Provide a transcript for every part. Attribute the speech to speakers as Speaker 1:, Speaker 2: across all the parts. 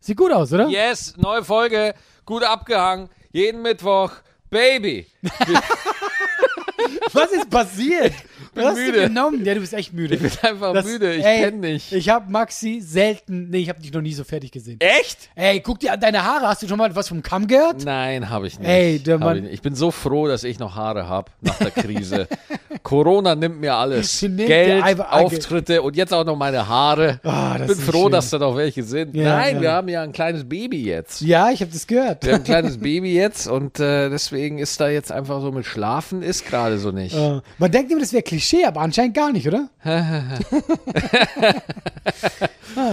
Speaker 1: Sieht gut aus, oder?
Speaker 2: Yes, neue Folge, gut abgehangen, jeden Mittwoch, Baby.
Speaker 1: Was ist passiert?
Speaker 2: Bin
Speaker 1: Was hast
Speaker 2: müde.
Speaker 1: du genommen? Ja, du bist echt müde.
Speaker 2: Ich bin einfach
Speaker 1: Das-
Speaker 2: müde, ich
Speaker 1: ey,
Speaker 2: kenn dich.
Speaker 1: Ich habe Maxi selten, nee, ich habe dich noch nie so fertig gesehen.
Speaker 2: Echt?
Speaker 1: Ey, guck dir an deine Haare. Hast du schon mal was vom Kamm gehört?
Speaker 2: Nein, habe ich nicht.
Speaker 1: Ey, der
Speaker 2: Hab
Speaker 1: Mann-
Speaker 2: ich, nicht. ich bin so froh, dass ich noch Haare habe nach der Krise. Corona nimmt mir alles.
Speaker 1: Sie nimmt dir
Speaker 2: Geld,
Speaker 1: einfach-
Speaker 2: Auftritte und jetzt auch noch meine Haare.
Speaker 1: Ah,
Speaker 2: ich
Speaker 1: das
Speaker 2: bin
Speaker 1: ist
Speaker 2: froh,
Speaker 1: schön.
Speaker 2: dass da noch welche sind.
Speaker 1: Ja,
Speaker 2: Nein,
Speaker 1: ja.
Speaker 2: wir haben ja ein kleines Baby jetzt.
Speaker 1: Ja, ich habe das gehört.
Speaker 2: Wir haben ein kleines Baby jetzt und äh, deswegen ist da jetzt einfach so mit Schlafen ist gerade so nicht.
Speaker 1: Äh, Man denkt immer, das wäre Klischee, aber anscheinend gar nicht, oder? ah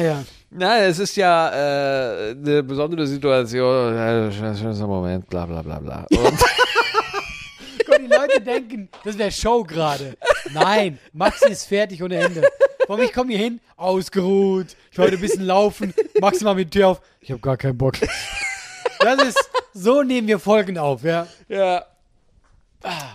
Speaker 1: ja.
Speaker 2: Nein, es ist ja äh, eine besondere Situation. Äh, schön- Schönster Moment, bla bla bla bla. Und
Speaker 1: Guck, die Leute denken, das wäre Show gerade. Nein, Maxi ist fertig ohne Ende. Komm, ich komme hier hin, ausgeruht. Ich wollte ein bisschen laufen. Maxi macht mir die Tür auf. Ich habe gar keinen Bock. Das ist, so nehmen wir Folgen auf, ja.
Speaker 2: Ja.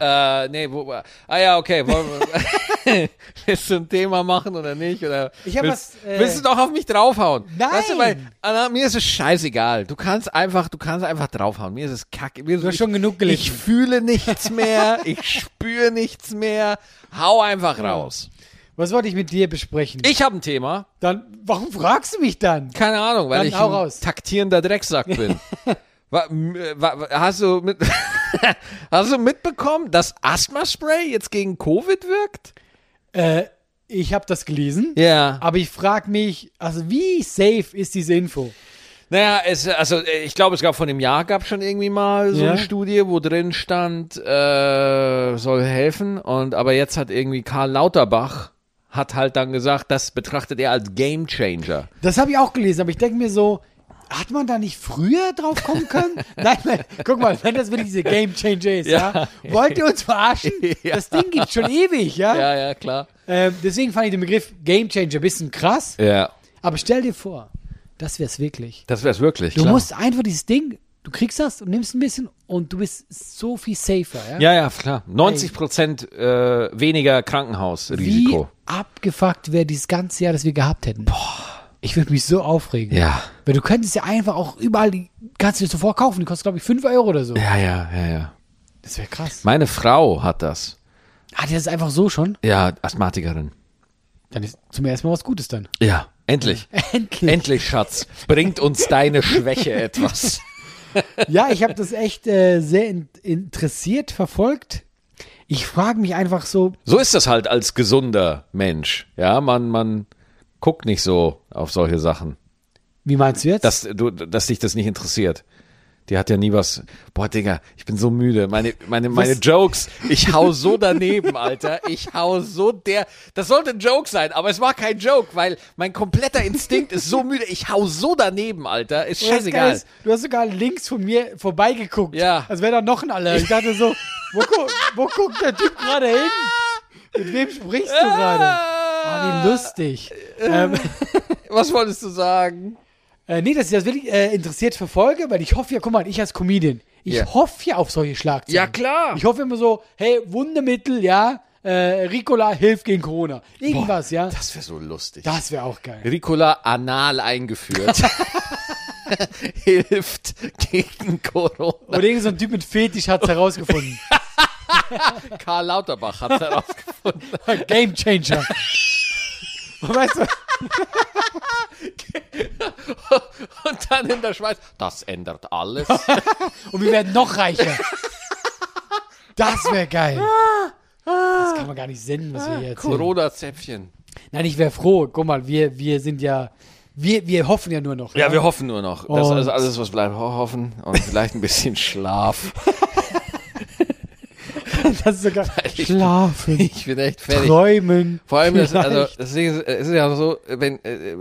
Speaker 2: Äh, nee, wo, ah ja, okay. Wollen wir, willst du ein Thema machen oder nicht? Oder
Speaker 1: Ich hab
Speaker 2: willst,
Speaker 1: was, äh,
Speaker 2: willst du doch auf mich draufhauen?
Speaker 1: Nein!
Speaker 2: Weißt du, weil, Anna, mir ist es scheißegal. Du kannst einfach, du kannst einfach draufhauen. Mir ist es kacke. Mir,
Speaker 1: Du hast schon genug gelitten.
Speaker 2: Ich fühle nichts mehr. ich spüre nichts mehr. Hau einfach raus.
Speaker 1: Was wollte ich mit dir besprechen?
Speaker 2: Ich habe ein Thema.
Speaker 1: Dann, warum fragst du mich dann?
Speaker 2: Keine Ahnung, weil
Speaker 1: Dann
Speaker 2: ich
Speaker 1: hau
Speaker 2: ein
Speaker 1: raus.
Speaker 2: taktierender Drecksack bin. Wa- m- äh, wa- wa- Hast du, mit, hast du mitbekommen, dass Asthma-Spray jetzt gegen Covid wirkt?
Speaker 1: Äh, ich habe das gelesen,
Speaker 2: Ja.
Speaker 1: aber ich frage mich, also wie safe ist diese Info?
Speaker 2: Naja, es, also äh, ich glaube, es gab von dem Jahr gab schon irgendwie mal so
Speaker 1: Ja.
Speaker 2: eine Studie, wo drin stand, äh, soll helfen. Und aber jetzt hat irgendwie Karl Lauterbach hat halt dann gesagt, das betrachtet er als Game Changer.
Speaker 1: Das habe ich auch gelesen, aber ich denke mir so, hat man da nicht früher drauf kommen können? nein, nein, guck mal, wenn das wirklich diese Game Changer ist, ja. Wollt ihr uns verarschen?
Speaker 2: Ja.
Speaker 1: Das Ding gibt schon ewig, ja.
Speaker 2: Ja, ja, klar.
Speaker 1: Ähm, deswegen fand ich den Begriff Game Changer ein bisschen krass,
Speaker 2: Ja.
Speaker 1: aber stell dir vor, das wär's wirklich.
Speaker 2: Das wär's wirklich.
Speaker 1: Du
Speaker 2: klar.
Speaker 1: musst einfach dieses Ding, du kriegst das und nimmst ein bisschen und du bist so viel safer, ja.
Speaker 2: Ja, ja, klar. 90 Prozent äh, weniger Krankenhausrisiko.
Speaker 1: Wie abgefuckt wäre dieses ganze Jahr, das wir gehabt hätten. Ich würde mich so aufregen.
Speaker 2: Ja.
Speaker 1: Weil du könntest ja einfach auch überall, die kannst du dir sofort kaufen. Die kostet, glaube ich, 5 Euro oder so.
Speaker 2: Ja, ja, ja, ja.
Speaker 1: Das wäre krass.
Speaker 2: Meine Frau hat das.
Speaker 1: Ah, das ist einfach so schon.
Speaker 2: Ja, Asthmatikerin.
Speaker 1: Dann ist zum ersten Mal was Gutes dann.
Speaker 2: Ja, endlich.
Speaker 1: Endlich.
Speaker 2: Endlich, Schatz. Bringt uns deine Schwäche etwas.
Speaker 1: ja, ich habe das echt äh, sehr in interessiert verfolgt. Ich frage mich einfach so,
Speaker 2: So ist das halt als gesunder Mensch. Ja, man, man guckt nicht so auf solche Sachen.
Speaker 1: wie meinst du jetzt?
Speaker 2: Dass, du, dass dich das nicht interessiert. Die hat ja nie was. Boah, Digga, ich bin so müde. Meine, meine, meine
Speaker 1: Was?
Speaker 2: Jokes. Ich hau so daneben, Alter. Ich hau so der. Das sollte ein Joke sein, aber es war kein Joke, weil mein kompletter Instinkt ist so müde. Ich hau so daneben, Alter. Ist
Speaker 1: Und das Geile
Speaker 2: scheißegal.
Speaker 1: ist, Du hast sogar links von mir vorbeigeguckt.
Speaker 2: Ja.
Speaker 1: Als wäre da noch ein aller. Ich dachte so, wo, gu wo guckt der Typ gerade hin? Mit wem sprichst du gerade? Ah, wie lustig. Ähm,
Speaker 2: Was wolltest du sagen?
Speaker 1: äh, nee, dass ich das wirklich äh, interessiert verfolge, weil ich hoffe ja, guck mal, ich als Comedian, ich
Speaker 2: Ja.
Speaker 1: hoffe ja auf solche Schlagzeilen.
Speaker 2: Ja, klar.
Speaker 1: Ich hoffe immer so, hey, Wundermittel, ja, äh, Ricola hilft gegen Corona. Irgendwas, ja.
Speaker 2: Das wäre so lustig.
Speaker 1: Das wäre auch geil.
Speaker 2: Ricola anal eingeführt. Hilft gegen Corona.
Speaker 1: Oder irgend so ein Typ mit Fetisch hat es herausgefunden.
Speaker 2: Karl Lauterbach hat herausgefunden.
Speaker 1: Game Changer. weißt du,
Speaker 2: Und dann in der Schweiz, das ändert alles.
Speaker 1: Und wir werden noch reicher. Das wäre geil. Das kann man gar nicht senden, was wir hier erzählen.
Speaker 2: Corona-Zäpfchen.
Speaker 1: Nein, ich wäre froh. Guck mal, wir, wir sind ja, wir, wir hoffen ja nur noch.
Speaker 2: Ja, wir hoffen nur noch. Das
Speaker 1: Und-
Speaker 2: ist alles, was bleibt. Ho- Hoffen und vielleicht ein bisschen Schlaf.
Speaker 1: das ist sogar
Speaker 2: ich-
Speaker 1: schlafen,
Speaker 2: Ich bin echt fertig.
Speaker 1: träumen.
Speaker 2: Vor allem, das, also,
Speaker 1: vielleicht.
Speaker 2: das Ding ist, es ist ja so, wenn, äh,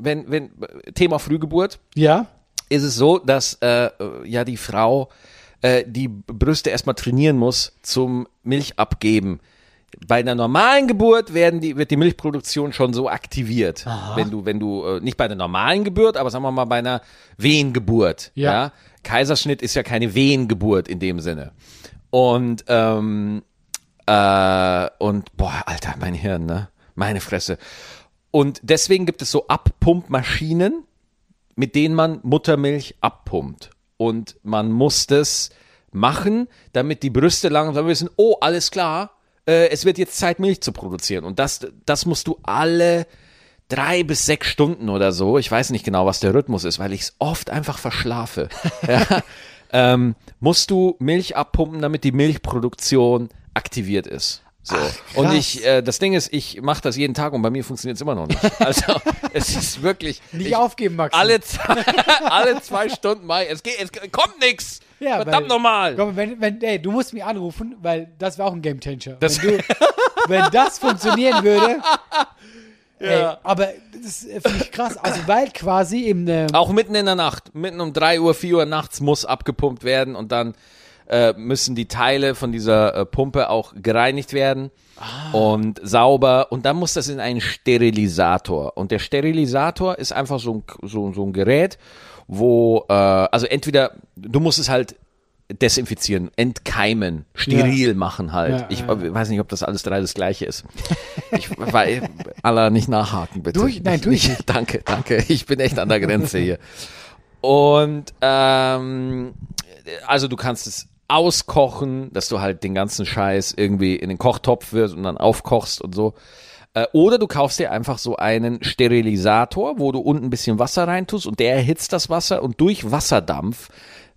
Speaker 2: wenn, wenn, Thema Frühgeburt,
Speaker 1: Ja,
Speaker 2: ist es so, dass äh, ja die Frau äh, die Brüste erstmal trainieren muss zum Milchabgeben. Bei einer normalen Geburt werden die, wird die Milchproduktion schon so aktiviert. Wenn du, wenn du, äh, nicht bei einer normalen Geburt, aber sagen wir mal bei einer Wehengeburt. Ja.
Speaker 1: Ja.
Speaker 2: Kaiserschnitt ist ja keine Wehengeburt in dem Sinne. Und, ähm, äh, und, boah, Alter, mein Hirn, ne? Meine Fresse. Und deswegen gibt es so Abpumpmaschinen, mit denen man Muttermilch abpumpt. Und man muss das machen, damit die Brüste langsam wissen, oh, alles klar, äh, es wird jetzt Zeit, Milch zu produzieren. Und das, das musst du alle drei bis sechs Stunden oder so, ich weiß nicht genau, was der Rhythmus ist, weil ich es oft einfach verschlafe, ja, ähm, musst du Milch abpumpen, damit die Milchproduktion aktiviert ist. So. und ich, äh, das Ding ist, ich mache das jeden Tag und bei mir funktioniert es immer noch nicht. Also es ist wirklich.
Speaker 1: Nicht
Speaker 2: ich,
Speaker 1: aufgeben, Max.
Speaker 2: alle, zwei, alle zwei Stunden mal. Es, geht, es kommt nichts.
Speaker 1: Ja, weil-
Speaker 2: Verdammt nochmal.
Speaker 1: Komm, wenn, wenn, ey, du musst mich anrufen, weil das wäre auch ein Game Changer.
Speaker 2: Das-
Speaker 1: wenn, du, wenn das funktionieren würde. Ey,
Speaker 2: Ja.
Speaker 1: aber das äh, finde ich krass. Also, weil quasi äh, eben eine.
Speaker 2: Auch mitten in der Nacht, mitten um 3 Uhr, 4 Uhr nachts muss abgepumpt werden und dann äh, müssen die Teile von dieser äh, Pumpe auch gereinigt werden
Speaker 1: Ah.
Speaker 2: und sauber und dann muss das in einen Sterilisator und der Sterilisator ist einfach so ein, so, so ein Gerät, wo, äh, also entweder, du musst es halt desinfizieren, entkeimen, steril machen halt.
Speaker 1: Ja,
Speaker 2: ich
Speaker 1: ja,
Speaker 2: weiß nicht, ob das alles drei das gleiche ist. Ich weiß, Allah, nicht nachhaken, bitte.
Speaker 1: Durch- nein,
Speaker 2: Nicht-
Speaker 1: durch
Speaker 2: nicht. Danke, danke. Ich bin echt an der Grenze hier. Und ähm, also du kannst es auskochen, dass du halt den ganzen Scheiß irgendwie in den Kochtopf wirst und dann aufkochst und so. Äh, Oder du kaufst dir einfach so einen Sterilisator, wo du unten ein bisschen Wasser reintust und der erhitzt das Wasser und durch Wasserdampf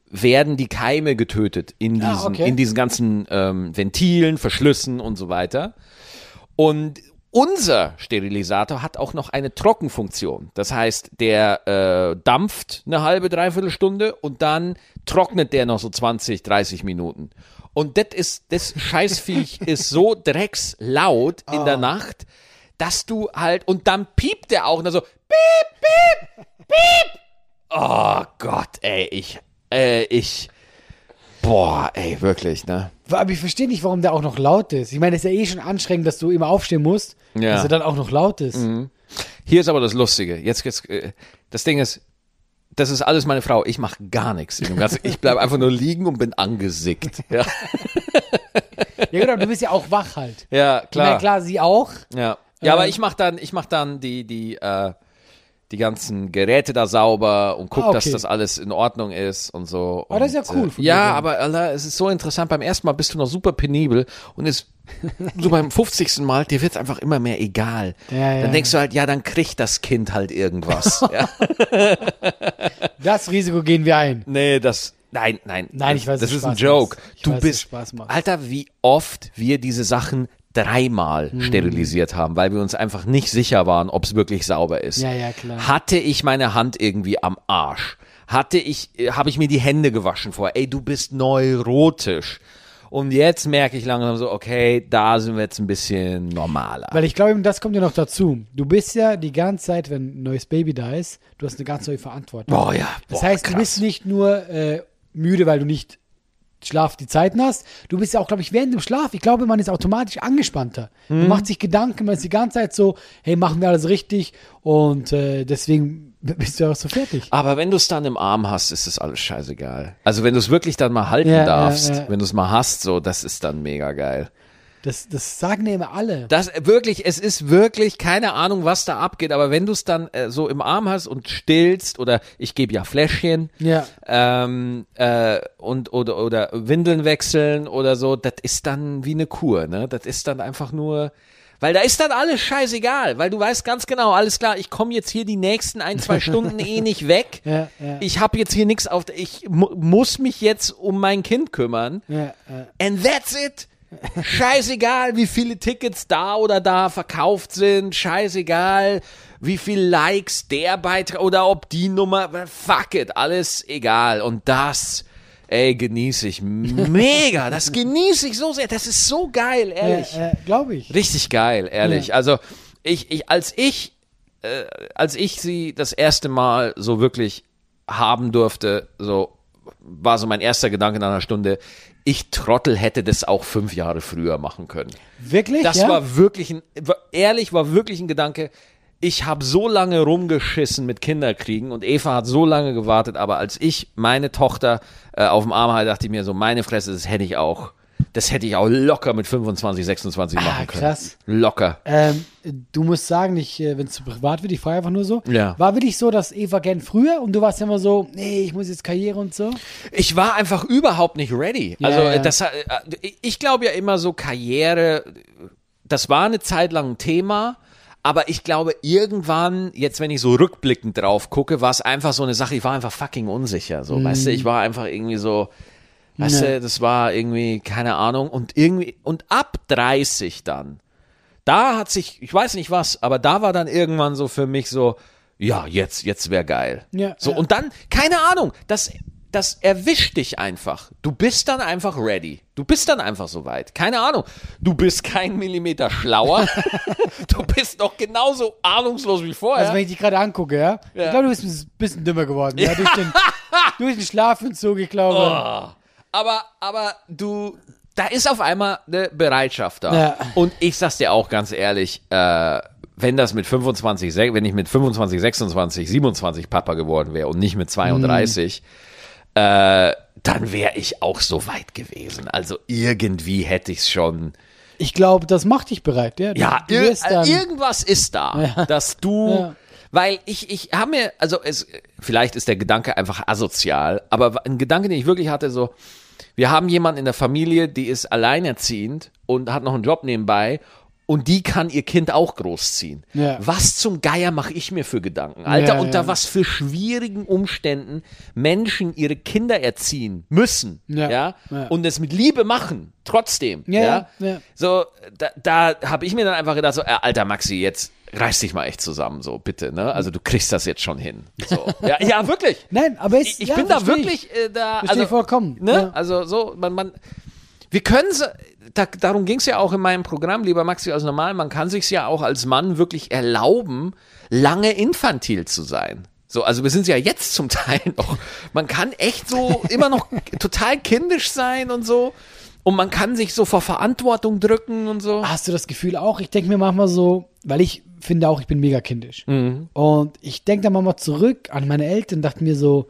Speaker 2: werden die Keime getötet in diesen,
Speaker 1: Ah, okay.
Speaker 2: in diesen ganzen ähm, Ventilen, Verschlüssen und so weiter. Und unser Sterilisator hat auch noch eine Trockenfunktion. Das heißt, der äh, dampft eine halbe, dreiviertel Stunde und dann trocknet der noch so 20, 30 Minuten. Und das ist, das Scheißviech ist so dreckslaut in der Nacht, dass du halt, und dann piept der auch, und dann so, oh Gott, ey, ich, äh, ich, boah, ey, wirklich, ne?
Speaker 1: Aber ich verstehe nicht, warum der auch noch laut ist. Ich meine, es ist ja eh schon anstrengend, dass du immer aufstehen musst,
Speaker 2: Ja. Mhm.
Speaker 1: dass er dann auch noch laut ist.
Speaker 2: Hier ist aber das Lustige. Jetzt, jetzt äh, das Ding ist, das ist alles meine Frau. Ich mache gar nichts. in dem Ganzen. Ich bleibe einfach nur liegen und bin angesickt. Ja,
Speaker 1: Ja, genau, du bist ja auch wach halt.
Speaker 2: ja
Speaker 1: Ich
Speaker 2: klar.
Speaker 1: meine, klar, sie auch.
Speaker 2: Ja, ja aber
Speaker 1: Ähm.
Speaker 2: ich mache dann, ich mach dann die, die, äh, die ganzen Geräte da sauber und guck,
Speaker 1: Ah, okay.
Speaker 2: dass das alles in Ordnung ist und so.
Speaker 1: Ah, das
Speaker 2: und,
Speaker 1: ist ja cool von
Speaker 2: Äh, ja,
Speaker 1: dir dann.
Speaker 2: aber Alter, es ist so interessant. Beim ersten Mal bist du noch super penibel und ist so beim 50. Mal, dir wird's einfach immer mehr egal.
Speaker 1: Ja, ja.
Speaker 2: Dann denkst du halt, ja, dann kriegt das Kind halt irgendwas. ja.
Speaker 1: Das Risiko gehen wir ein.
Speaker 2: Nee, das. Nein, nein.
Speaker 1: Nein, ich weiß,
Speaker 2: Das
Speaker 1: dass
Speaker 2: ist
Speaker 1: Spaß
Speaker 2: ein Joke.
Speaker 1: macht. Ich
Speaker 2: Du
Speaker 1: weiß, dass
Speaker 2: bist.
Speaker 1: Spaß macht.
Speaker 2: Alter, wie oft wir diese Sachen dreimal
Speaker 1: Mhm.
Speaker 2: sterilisiert haben, weil wir uns einfach nicht sicher waren, ob es wirklich sauber ist.
Speaker 1: Ja, ja, klar.
Speaker 2: Hatte ich meine Hand irgendwie am Arsch? Hatte ich, äh, habe ich mir die Hände gewaschen vor? Ey, du bist neurotisch. Und jetzt merke ich langsam so, okay, da sind wir jetzt ein bisschen normaler.
Speaker 1: Weil ich glaube, eben, das kommt ja noch dazu. Du bist ja die ganze Zeit, wenn ein neues Baby da ist, du hast eine ganz neue Verantwortung.
Speaker 2: boah, ja.
Speaker 1: Das
Speaker 2: boah,
Speaker 1: heißt, du
Speaker 2: krass.
Speaker 1: bist nicht nur äh, müde, weil du nicht Schlaf die Zeiten hast. Du bist ja auch, glaube ich, während dem Schlaf, ich glaube, man ist automatisch angespannter.
Speaker 2: Mhm.
Speaker 1: Man macht sich Gedanken, man ist die ganze Zeit so, hey, machen wir alles richtig und äh, deswegen b- bist du auch so fertig.
Speaker 2: Aber wenn du es dann im Arm hast, ist es alles scheißegal. Also wenn du es wirklich dann mal halten
Speaker 1: Ja, ja,
Speaker 2: darfst,
Speaker 1: ja.
Speaker 2: wenn du es mal hast, so, das ist dann mega geil.
Speaker 1: Das, das sagen ja immer alle.
Speaker 2: Das äh, wirklich, es ist wirklich keine Ahnung, was da abgeht, aber wenn du es dann äh, so im Arm hast und stillst oder ich gebe ja Fläschchen
Speaker 1: Ja.
Speaker 2: ähm, äh, und oder oder Windeln wechseln oder so, das ist dann wie eine Kur, ne? Das ist dann einfach nur weil da ist dann alles scheißegal, weil du weißt ganz genau, alles klar, ich komme jetzt hier die nächsten ein, zwei Stunden eh nicht weg.
Speaker 1: Ja, ja.
Speaker 2: Ich habe jetzt hier nichts auf, ich mu muss mich jetzt um mein Kind kümmern.
Speaker 1: Ja, äh, ja.
Speaker 2: And that's it. Scheißegal, wie viele Tickets da oder da verkauft sind. Scheißegal, wie viel Likes der Beitrag oder ob die Nummer. Fuck it, alles egal. Und das, ey, genieße ich mega. Das genieße ich so sehr. Das ist so geil,
Speaker 1: ja,
Speaker 2: ehrlich.
Speaker 1: äh, glaube ich.
Speaker 2: Richtig geil, ehrlich. Also ich, ich, als ich, äh, als ich sie das erste Mal so wirklich haben durfte, so war so mein erster Gedanke nach einer Stunde, ich Trottel hätte das auch fünf Jahre früher machen können.
Speaker 1: Wirklich?
Speaker 2: Das
Speaker 1: ja?
Speaker 2: war wirklich ein, war- ehrlich, war wirklich ein Gedanke. Ich habe so lange rumgeschissen mit Kinderkriegen und Eva hat so lange gewartet, aber als ich meine Tochter äh, auf dem Arm hatte, dachte ich mir so, meine Fresse, das hätte ich auch. Das hätte ich auch locker mit 25, 26 machen
Speaker 1: Ah,
Speaker 2: können.
Speaker 1: krass.
Speaker 2: Locker.
Speaker 1: Ähm, du musst sagen, ich, wenn es zu privat wird, ich frage einfach nur so.
Speaker 2: Ja.
Speaker 1: War wirklich so, dass Eva gern früher und du warst ja immer so, nee, ich muss jetzt Karriere und so?
Speaker 2: Ich war einfach überhaupt nicht ready.
Speaker 1: Ja,
Speaker 2: also
Speaker 1: ja.
Speaker 2: das, äh, ich glaube ja immer so Karriere, das war eine Zeit lang ein Thema, aber ich glaube irgendwann, jetzt wenn ich so rückblickend drauf gucke, war es einfach so eine Sache, ich war einfach fucking unsicher. So, weißt du,
Speaker 1: Mhm.
Speaker 2: ich war einfach irgendwie so, weißt
Speaker 1: Nee.
Speaker 2: du, das war irgendwie, keine Ahnung, und irgendwie, und ab 30 dann, da hat sich, ich weiß nicht was, aber da war dann irgendwann so für mich so, ja, jetzt, jetzt wäre geil.
Speaker 1: Ja,
Speaker 2: so,
Speaker 1: ja.
Speaker 2: und dann, keine Ahnung, das, das erwischt dich einfach. Du bist dann einfach ready. Du bist dann einfach soweit. Keine Ahnung. Du bist kein Millimeter schlauer. du bist noch genauso ahnungslos wie vorher.
Speaker 1: Also wenn ich dich gerade angucke, ja? Ich glaube, du bist ein bisschen dümmer geworden. Ja. Durch, den, durch den Schlafentzug, ich glaube.
Speaker 2: Ah. Aber, aber du, da ist auf einmal eine Bereitschaft da.
Speaker 1: Ja.
Speaker 2: Und ich sag's dir auch ganz ehrlich, äh, wenn das mit 25, se- wenn ich mit 25, 26, 27 Papa geworden wäre und nicht mit 32, äh, dann wäre ich auch so weit gewesen. Also irgendwie hätte ich's schon.
Speaker 1: Ich glaube, das macht dich bereit, ja? Du-
Speaker 2: Ja,
Speaker 1: du
Speaker 2: ir
Speaker 1: wirst dann,
Speaker 2: äh, irgendwas ist da, dass du,
Speaker 1: Ja.
Speaker 2: weil ich, ich habe mir, also es, vielleicht ist der Gedanke einfach asozial, aber ein Gedanke, den ich wirklich hatte, so, wir haben jemanden in der Familie, die ist alleinerziehend und hat noch einen Job nebenbei und die kann ihr Kind auch großziehen.
Speaker 1: Ja.
Speaker 2: Was zum Geier mache ich mir für Gedanken? Alter,
Speaker 1: Ja,
Speaker 2: unter
Speaker 1: ja.
Speaker 2: was für schwierigen Umständen Menschen ihre Kinder erziehen müssen,
Speaker 1: Ja. Ja.
Speaker 2: und es mit Liebe machen, trotzdem,
Speaker 1: Ja,
Speaker 2: ja.
Speaker 1: ja, ja.
Speaker 2: So, da, da habe ich mir dann einfach gedacht, so, äh, alter Maxi, jetzt reiß dich mal echt zusammen, so bitte, ne? Also du kriegst das jetzt schon hin. So. Ja, ja, wirklich.
Speaker 1: Nein, aber es,
Speaker 2: Ich, ich
Speaker 1: ja,
Speaker 2: bin da
Speaker 1: verstehe ich.
Speaker 2: wirklich äh, da.
Speaker 1: Verstehe
Speaker 2: also,
Speaker 1: ich vollkommen,
Speaker 2: Ne?
Speaker 1: ja.
Speaker 2: Also so, man, man, wir können da, darum ging es ja auch in meinem Programm, lieber Maxi, aus normal, man kann sich ja auch als Mann wirklich erlauben, lange infantil zu sein. So, also wir sind ja jetzt zum Teil noch. Man kann echt so immer noch total kindisch sein und so. Und man kann sich so vor Verantwortung drücken und so.
Speaker 1: Ah, Hast du das Gefühl auch? Ich denke mir manchmal so, weil ich finde auch, ich bin mega kindisch.
Speaker 2: Mhm.
Speaker 1: Und ich denke da manchmal zurück an meine Eltern und dachte mir so,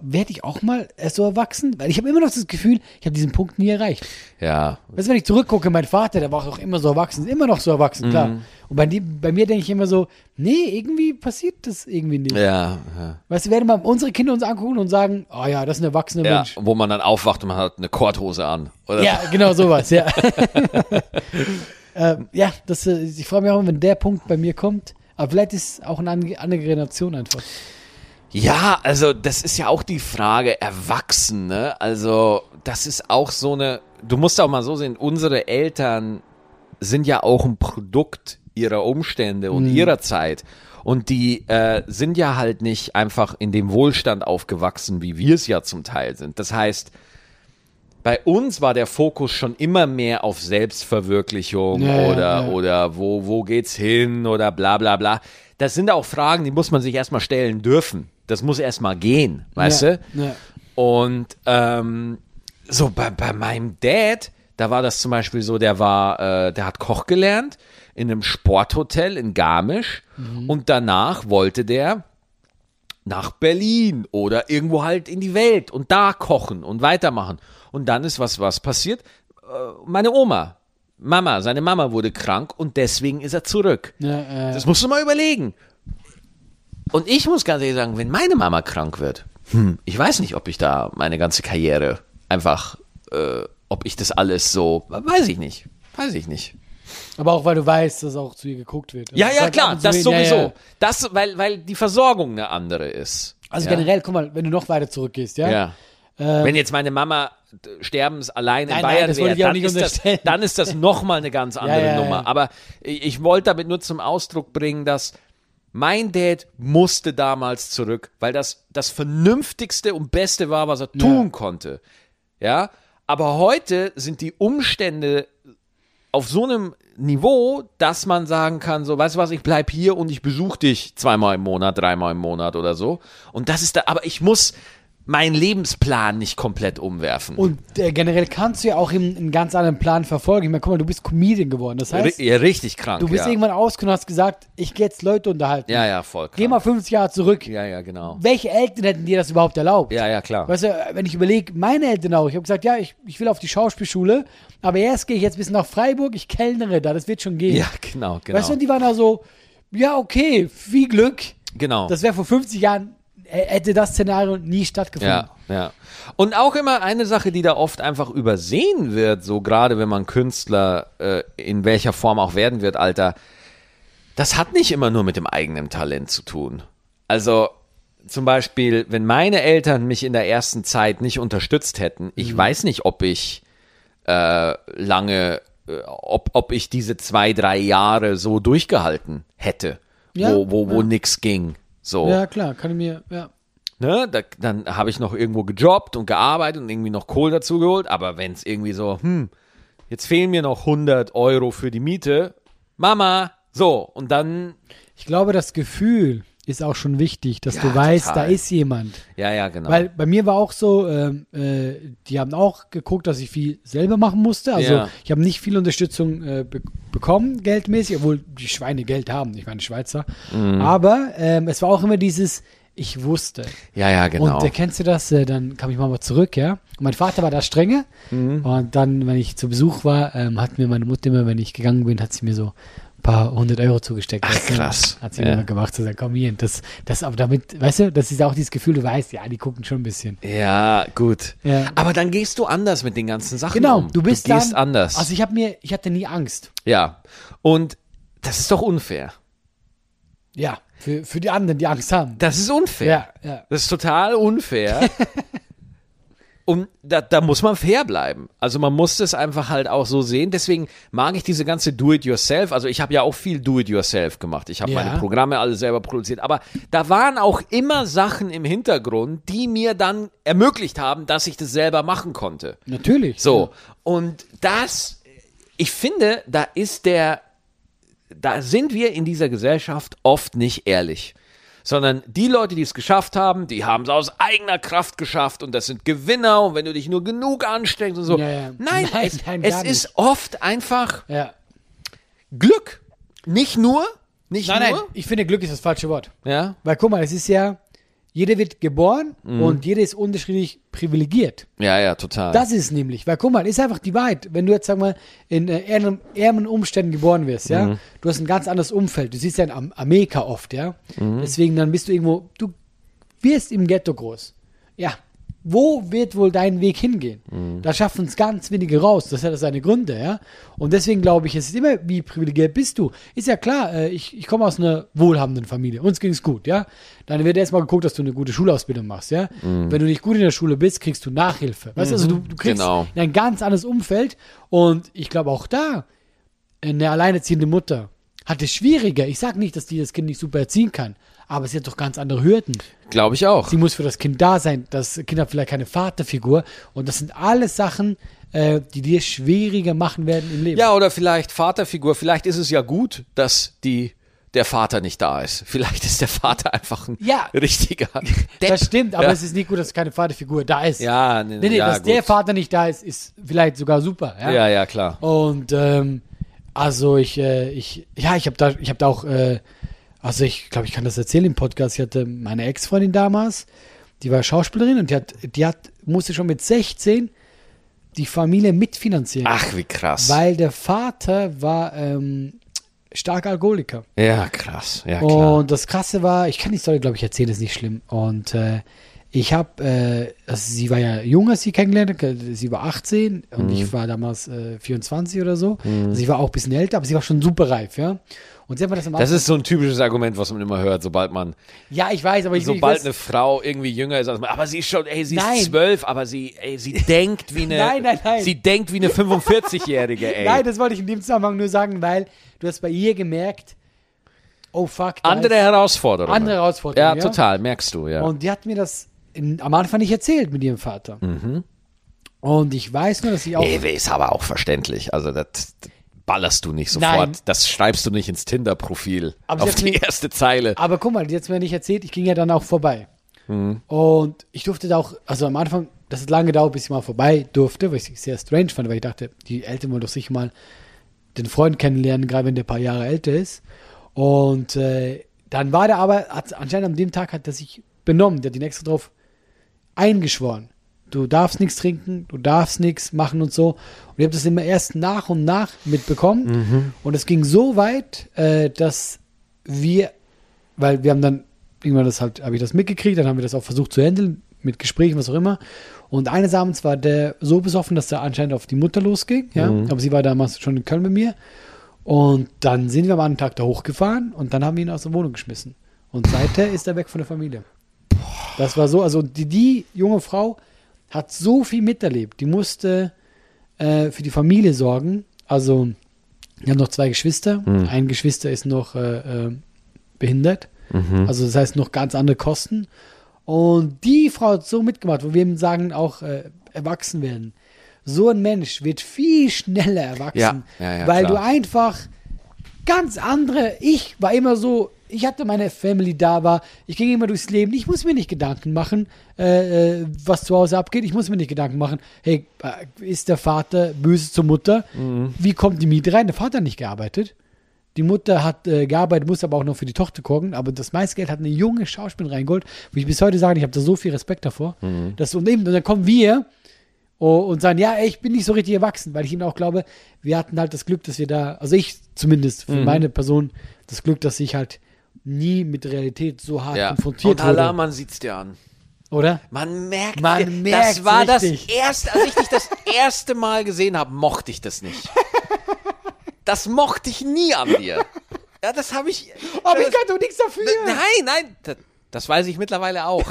Speaker 1: werde ich auch mal erst so erwachsen? Weil ich habe immer noch das Gefühl, ich habe diesen Punkt nie erreicht.
Speaker 2: Ja.
Speaker 1: Weißt du, wenn ich zurückgucke, mein Vater, der war auch immer so erwachsen, ist immer noch so
Speaker 2: Mhm.
Speaker 1: erwachsen, klar. Und bei, dem, bei mir denke ich immer so, nee, irgendwie passiert das irgendwie nicht.
Speaker 2: Ja, ja.
Speaker 1: Weißt du, werden mal unsere Kinder uns angucken und sagen, oh ja, das ist ein erwachsener
Speaker 2: ja
Speaker 1: Mensch.
Speaker 2: wo man dann aufwacht und man hat eine Korthose an. Oder
Speaker 1: Ja, genau sowas, ja. ähm, ja, das, äh, ich freue mich auch, wenn der Punkt bei mir kommt. Aber vielleicht ist auch eine ange- andere Generation einfach.
Speaker 2: Ja, also das ist ja auch die Frage Erwachsene. Also das ist auch so eine. Du musst auch mal so sehen. Unsere Eltern sind ja auch ein Produkt ihrer Umstände und
Speaker 1: Mhm.
Speaker 2: ihrer Zeit. Und die äh, sind ja halt nicht einfach in dem Wohlstand aufgewachsen, wie wir es ja zum Teil sind. Das heißt, bei uns war der Fokus schon immer mehr auf Selbstverwirklichung
Speaker 1: Ja, ja,
Speaker 2: oder,
Speaker 1: ja.
Speaker 2: oder wo, wo geht's hin oder bla bla bla. Das sind auch Fragen, die muss man sich erstmal stellen dürfen. Das muss erstmal gehen, weißt
Speaker 1: ja,
Speaker 2: du?
Speaker 1: Ja.
Speaker 2: Und ähm, so bei, bei meinem Dad, da war das zum Beispiel so, der war, äh, der hat Koch gelernt in einem Sporthotel in Garmisch
Speaker 1: Mhm.
Speaker 2: und danach wollte der nach Berlin oder irgendwo halt in die Welt und da kochen und weitermachen. Und dann ist was, was passiert. Äh, Meine Oma, Mama, seine Mama wurde krank und deswegen ist er zurück.
Speaker 1: Ja, äh,
Speaker 2: Das musst du mal überlegen. Und ich muss ganz ehrlich sagen, wenn meine Mama krank wird, hm, ich weiß nicht, ob ich da meine ganze Karriere einfach, äh, ob ich das alles so, weiß ich nicht, weiß ich nicht.
Speaker 1: aber auch, weil du weißt, dass auch zu ihr geguckt wird.
Speaker 2: Ja,
Speaker 1: Also,
Speaker 2: ja,
Speaker 1: sag ab
Speaker 2: klar,
Speaker 1: und zu
Speaker 2: das
Speaker 1: hin, ja,
Speaker 2: sowieso.
Speaker 1: ja.
Speaker 2: Das, weil, weil die Versorgung eine andere ist.
Speaker 1: Also
Speaker 2: ja.
Speaker 1: generell, guck mal, wenn du noch weiter zurückgehst, ja? Ähm,
Speaker 2: Ja. Wenn jetzt meine Mama äh, sterbens allein in
Speaker 1: Nein, nein,
Speaker 2: Bayern
Speaker 1: das wollte
Speaker 2: wäre,
Speaker 1: ich auch
Speaker 2: dann,
Speaker 1: nicht
Speaker 2: ist das,
Speaker 1: unterstellen.
Speaker 2: dann ist das nochmal eine ganz andere
Speaker 1: ja, ja.
Speaker 2: Nummer. Aber ich, ich wollte damit nur zum Ausdruck bringen, dass mein Dad musste damals zurück, weil das das Vernünftigste und Beste war, was er tun konnte. Ja, aber heute sind die Umstände auf so einem Niveau, dass man sagen kann, so, weißt du was, ich bleib hier und ich besuche dich zweimal im Monat, dreimal im Monat oder so. Und das ist da, aber ich muss, meinen Lebensplan nicht komplett umwerfen.
Speaker 1: Und äh, generell kannst du ja auch im, einen ganz anderen Plan verfolgen. Ich meine, guck mal, du bist Comedian geworden. Das heißt,
Speaker 2: Ri- ja, richtig krank.
Speaker 1: du bist
Speaker 2: ja.
Speaker 1: irgendwann ausgegangen und hast gesagt, ich gehe jetzt Leute unterhalten.
Speaker 2: Ja, ja, voll
Speaker 1: Geh
Speaker 2: krank.
Speaker 1: mal 50 Jahre zurück.
Speaker 2: Ja, ja, genau.
Speaker 1: Welche Eltern hätten dir das überhaupt erlaubt?
Speaker 2: Ja, ja, klar.
Speaker 1: Weißt du, wenn ich überlege, meine Eltern auch. Ich habe gesagt, ja, ich, ich will auf die Schauspielschule, aber erst gehe ich jetzt bis nach Freiburg, ich kellnere da, das wird schon gehen.
Speaker 2: Ja, genau, genau.
Speaker 1: Weißt du, und die waren da so, ja, okay, viel Glück.
Speaker 2: genau.
Speaker 1: Das wäre vor 50 Jahren, äh, hätte das Szenario nie stattgefunden.
Speaker 2: Ja, ja. Und auch immer eine Sache, die da oft einfach übersehen wird, so gerade wenn man Künstler äh, in welcher Form auch werden wird, Alter, das hat nicht immer nur mit dem eigenen Talent zu tun. Also zum Beispiel, wenn meine Eltern mich in der ersten Zeit nicht unterstützt hätten,
Speaker 1: Mhm.
Speaker 2: ich weiß nicht, ob ich äh, lange, äh, ob, ob ich diese zwei, drei Jahre so durchgehalten hätte,
Speaker 1: Ja,
Speaker 2: wo, wo, wo nix ging. So.
Speaker 1: Ja, klar, kann ich mir, ja.
Speaker 2: Ne, da, dann habe ich noch irgendwo gejobbt und gearbeitet und irgendwie noch Kohle dazu geholt. Aber wenn es irgendwie so, hm, jetzt fehlen mir noch 100 Euro für die Miete, Mama, so und dann,
Speaker 1: Ich glaube, das Gefühl ist auch schon wichtig, dass
Speaker 2: Ja,
Speaker 1: du weißt,
Speaker 2: total.
Speaker 1: da ist jemand.
Speaker 2: ja, ja, genau.
Speaker 1: Weil bei mir war auch so, ähm, äh, die haben auch geguckt, dass ich viel selber machen musste. Also
Speaker 2: Ja.
Speaker 1: ich habe nicht viel Unterstützung äh, be bekommen, geldmäßig, obwohl die Schweine Geld haben. Ich meine Schweizer.
Speaker 2: Mhm.
Speaker 1: Aber ähm, es war auch immer dieses, ich wusste.
Speaker 2: ja, ja, genau.
Speaker 1: Und äh, kennst du das? Äh, dann kam ich mal zurück, ja. Und mein Vater war da strenge.
Speaker 2: Mhm.
Speaker 1: Und dann, wenn ich zu Besuch war, ähm, hat mir meine Mutter immer, wenn ich gegangen bin, hat sie mir so ein paar hundert Euro zugesteckt. Ach,
Speaker 2: krass.
Speaker 1: Hat sie
Speaker 2: Ja.
Speaker 1: immer gemacht, so sagen, komm hier. Und das, das, aber damit, weißt du, das ist auch dieses Gefühl, du weißt, ja, die gucken schon ein bisschen.
Speaker 2: ja, gut.
Speaker 1: Ja.
Speaker 2: Aber dann gehst du anders mit den ganzen Sachen
Speaker 1: Genau,
Speaker 2: um.
Speaker 1: du bist
Speaker 2: du gehst
Speaker 1: dann,
Speaker 2: anders.
Speaker 1: Also ich habe mir, ich hatte nie Angst.
Speaker 2: ja. Und das ist doch unfair.
Speaker 1: Ja, für, für die anderen, die Angst haben.
Speaker 2: Das ist unfair.
Speaker 1: Ja, ja.
Speaker 2: Das ist total unfair. Und da, da muss man fair bleiben. Also man muss das einfach halt auch so sehen. Deswegen mag ich diese ganze Do-it-yourself. Also ich habe ja auch viel Do-it-yourself gemacht. Ich habe
Speaker 1: Ja.
Speaker 2: meine Programme alle selber produziert. Aber da waren auch immer Sachen im Hintergrund, die mir dann ermöglicht haben, dass ich das selber machen konnte.
Speaker 1: Natürlich.
Speaker 2: So, und das, ich finde, da ist der, da sind wir in dieser Gesellschaft oft nicht ehrlich. Sondern die Leute, die es geschafft haben, die haben es aus eigener Kraft geschafft und das sind Gewinner und wenn du dich nur genug anstrengst und so.
Speaker 1: Ja, ja.
Speaker 2: Nein,
Speaker 1: Nein,
Speaker 2: es,
Speaker 1: nein,
Speaker 2: es
Speaker 1: gar
Speaker 2: ist oft einfach
Speaker 1: Ja.
Speaker 2: Glück. Nicht nur, nicht
Speaker 1: Nein, nein,
Speaker 2: nur.
Speaker 1: ich finde, Glück ist das falsche Wort.
Speaker 2: Ja,
Speaker 1: Weil guck mal, es ist ja, jeder wird geboren und jeder ist unterschiedlich privilegiert.
Speaker 2: ja, ja, total.
Speaker 1: Das ist nämlich, weil guck mal, ist einfach die Wahrheit. Wenn du jetzt, sag mal, in äh, ärm- ärmen Umständen geboren wirst, ja, du hast ein ganz anderes Umfeld. Du siehst ja in Am- Amerika oft, ja. Deswegen dann bist du irgendwo, du wirst im Ghetto groß. Ja. Wo wird wohl dein Weg hingehen? Da schaffen es ganz wenige raus. Das hat seine Gründe, ja. Und deswegen glaube ich, es ist immer, wie privilegiert bist du? Ist ja klar, äh, ich, ich komme aus einer wohlhabenden Familie. Uns ging es gut, ja. Dann wird erstmal geguckt, dass du eine gute Schulausbildung machst, ja. Wenn du nicht gut in der Schule bist, kriegst du Nachhilfe. Weißt du, also du, du kriegst
Speaker 2: Genau.
Speaker 1: in ein ganz anderes Umfeld. Und ich glaube auch da, eine alleinerziehende Mutter hat es schwieriger. Ich sage nicht, dass die das Kind nicht super erziehen kann, aber sie hat doch ganz andere Hürden.
Speaker 2: Glaube ich auch.
Speaker 1: Sie muss für das Kind da sein. Das Kind hat vielleicht keine Vaterfigur. Und das sind alles Sachen, äh, die dir schwieriger machen werden im Leben.
Speaker 2: Ja, oder vielleicht Vaterfigur. Vielleicht ist es ja gut, dass die, der Vater nicht da ist. Vielleicht ist der Vater einfach ein
Speaker 1: Ja.
Speaker 2: richtiger. Depp.
Speaker 1: das stimmt, aber
Speaker 2: Ja.
Speaker 1: es ist nicht gut, dass keine Vaterfigur da ist.
Speaker 2: Ja, nee,
Speaker 1: nee, nee,
Speaker 2: ja,
Speaker 1: dass
Speaker 2: gut.
Speaker 1: der Vater nicht da ist, ist vielleicht sogar super. Ja,
Speaker 2: ja, ja, klar.
Speaker 1: Und ähm, also ich, äh, ich, ja, ich habe da, ich habe da auch, äh, also ich glaube, ich kann das erzählen im Podcast. Ich hatte meine Ex-Freundin damals, die war Schauspielerin und die hat, die hat, musste schon mit 16 die Familie mitfinanzieren,
Speaker 2: Ach, wie krass.
Speaker 1: weil der Vater war ähm, stark Alkoholiker.
Speaker 2: ja, krass. Ja, klar.
Speaker 1: Und das Krasse war, ich kann die Story, glaube ich, erzählen, ist nicht schlimm. Und äh, ich habe, äh, also sie war ja jung, als ich sie kennengelernt habe. Sie war 18 und
Speaker 2: Mhm.
Speaker 1: ich war damals äh, 24 oder so. Sie war auch ein bisschen älter, aber sie war schon super reif, ja. Und sie hat mir das am
Speaker 2: Das ist so ein typisches Argument, was man immer hört, sobald man,
Speaker 1: ja, ich weiß, aber ich, ich
Speaker 2: sobald
Speaker 1: weiß-
Speaker 2: eine Frau irgendwie jünger ist als man. Aber sie ist schon, ey, sie
Speaker 1: Nein.
Speaker 2: ist zwölf, aber sie, ey, sie denkt wie eine,
Speaker 1: Nein, nein, nein.
Speaker 2: sie denkt wie eine 45-Jährige, ey.
Speaker 1: Nein, das wollte ich in dem Zusammenhang nur sagen, weil du hast bei ihr gemerkt, oh fuck, da
Speaker 2: andere
Speaker 1: ist-
Speaker 2: Herausforderungen.
Speaker 1: andere Herausforderungen.
Speaker 2: Ja, total, merkst du, ja.
Speaker 1: Und die hat mir das in, am Anfang nicht erzählt mit ihrem Vater. Und ich weiß nur, dass ich auch.
Speaker 2: Ewe ist aber auch verständlich. Also das das ballerst du nicht sofort.
Speaker 1: Nein.
Speaker 2: Das schreibst du nicht ins Tinder-Profil
Speaker 1: Aber sie
Speaker 2: auf
Speaker 1: hat
Speaker 2: die
Speaker 1: mir-
Speaker 2: erste Zeile.
Speaker 1: Aber guck mal, jetzt mir nicht erzählt, ich ging ja dann auch vorbei. Und ich durfte da auch, also am Anfang, das hat lange gedauert, bis ich mal vorbei durfte, weil ich es sehr strange fand, weil ich dachte, die Eltern wollen doch sicher mal den Freund kennenlernen, gerade wenn der ein paar Jahre älter ist. Und äh, dann war der aber, hat, anscheinend an dem Tag hat er sich benommen, der hat die nächste drauf eingeschworen. Du darfst nichts trinken, du darfst nichts machen und so. Und ich habe das immer erst nach und nach mitbekommen. Und es ging so weit, äh, dass wir, weil wir haben dann irgendwann das halt, habe ich das mitgekriegt, dann haben wir das auch versucht zu handeln, mit Gesprächen, was auch immer. Und eines Abends war der so besoffen, dass er anscheinend auf die Mutter losging. Ja? Aber sie war damals schon in Köln bei mir. Und dann sind wir am anderen Tag da hochgefahren und dann haben wir ihn aus der Wohnung geschmissen. Und seither ist er weg von der Familie. Das war so, also die, die junge Frau hat so viel miterlebt. Die musste äh, für die Familie sorgen. Also, wir haben noch zwei Geschwister. Ein Geschwister ist noch äh, äh, behindert.
Speaker 2: Mhm.
Speaker 1: Also, das heißt, noch ganz andere Kosten. Und die Frau hat so mitgemacht, wo wir eben sagen, auch äh, erwachsen werden. So ein Mensch wird viel schneller erwachsen,
Speaker 2: Ja, ja, ja,
Speaker 1: weil du
Speaker 2: klar.
Speaker 1: einfach ganz andere. Ich war immer so, ich hatte meine Family da war, ich ging immer durchs Leben. Ich muss mir nicht Gedanken machen, äh, äh, was zu Hause abgeht. Ich muss mir nicht Gedanken machen, hey, äh, ist der Vater böse zur Mutter?
Speaker 2: Mhm.
Speaker 1: Wie kommt die Miete rein? Der Vater hat nicht gearbeitet. Die Mutter hat äh, gearbeitet, muss aber auch noch für die Tochter gucken. Aber das meiste Geld hat eine junge Schauspielerin reingeholt, wo ich bis heute sage, ich habe da so viel Respekt davor.
Speaker 2: Mhm.
Speaker 1: Dass, und eben, und dann kommen wir Oh, und sagen, ja, ey, ich bin nicht so richtig erwachsen, weil ich ihnen auch glaube, wir hatten halt das Glück, dass wir da, also ich zumindest
Speaker 2: Mhm.
Speaker 1: für meine Person, das Glück, dass ich halt nie mit Realität so hart
Speaker 2: Ja.
Speaker 1: konfrontiert
Speaker 2: Und Allah,
Speaker 1: wurde.
Speaker 2: man sieht's dir an.
Speaker 1: Oder?
Speaker 2: Man merkt,
Speaker 1: Man
Speaker 2: dir-
Speaker 1: merkt's
Speaker 2: das war
Speaker 1: richtig.
Speaker 2: das erste, als ich dich das erste Mal gesehen habe, mochte ich das nicht. Das mochte ich nie an dir. Ja, das habe ich.
Speaker 1: Aber
Speaker 2: das, ne,
Speaker 1: ich Oh, kann doch nichts dafür.
Speaker 2: Nein, nein, das, das weiß ich mittlerweile auch.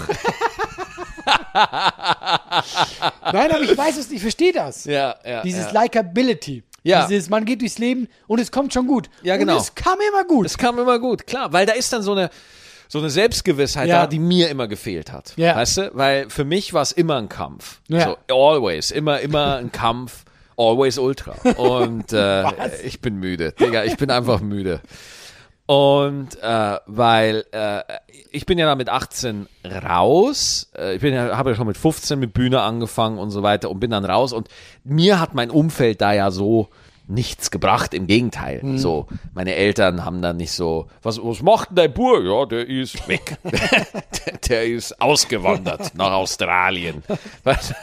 Speaker 1: Nein, aber ich weiß es, ich verstehe das.
Speaker 2: Ja, ja.
Speaker 1: Dieses
Speaker 2: ja.
Speaker 1: Likability.
Speaker 2: Ja.
Speaker 1: Dieses, man geht durchs Leben und es kommt schon gut.
Speaker 2: Ja, genau.
Speaker 1: Und es kam immer gut.
Speaker 2: Das kam immer gut, klar, weil da ist dann so eine so eine Selbstgewissheit
Speaker 1: Ja.
Speaker 2: da, die mir immer gefehlt hat.
Speaker 1: Ja.
Speaker 2: Weißt du, weil für mich war es immer ein Kampf.
Speaker 1: Ja.
Speaker 2: So always, immer immer ein Kampf, always ultra. Und äh, ich bin müde, Digga, ich bin einfach müde. Und äh, weil äh, ich bin ja da mit 18 raus, äh, ich bin ja, habe ja schon mit 15 mit Bühne angefangen und so weiter und bin dann raus und mir hat mein Umfeld da ja so nichts gebracht, im Gegenteil. So, meine Eltern haben dann nicht so, was, was macht denn dein Bur? Ja, der ist weg. der, der ist ausgewandert nach Australien. Was?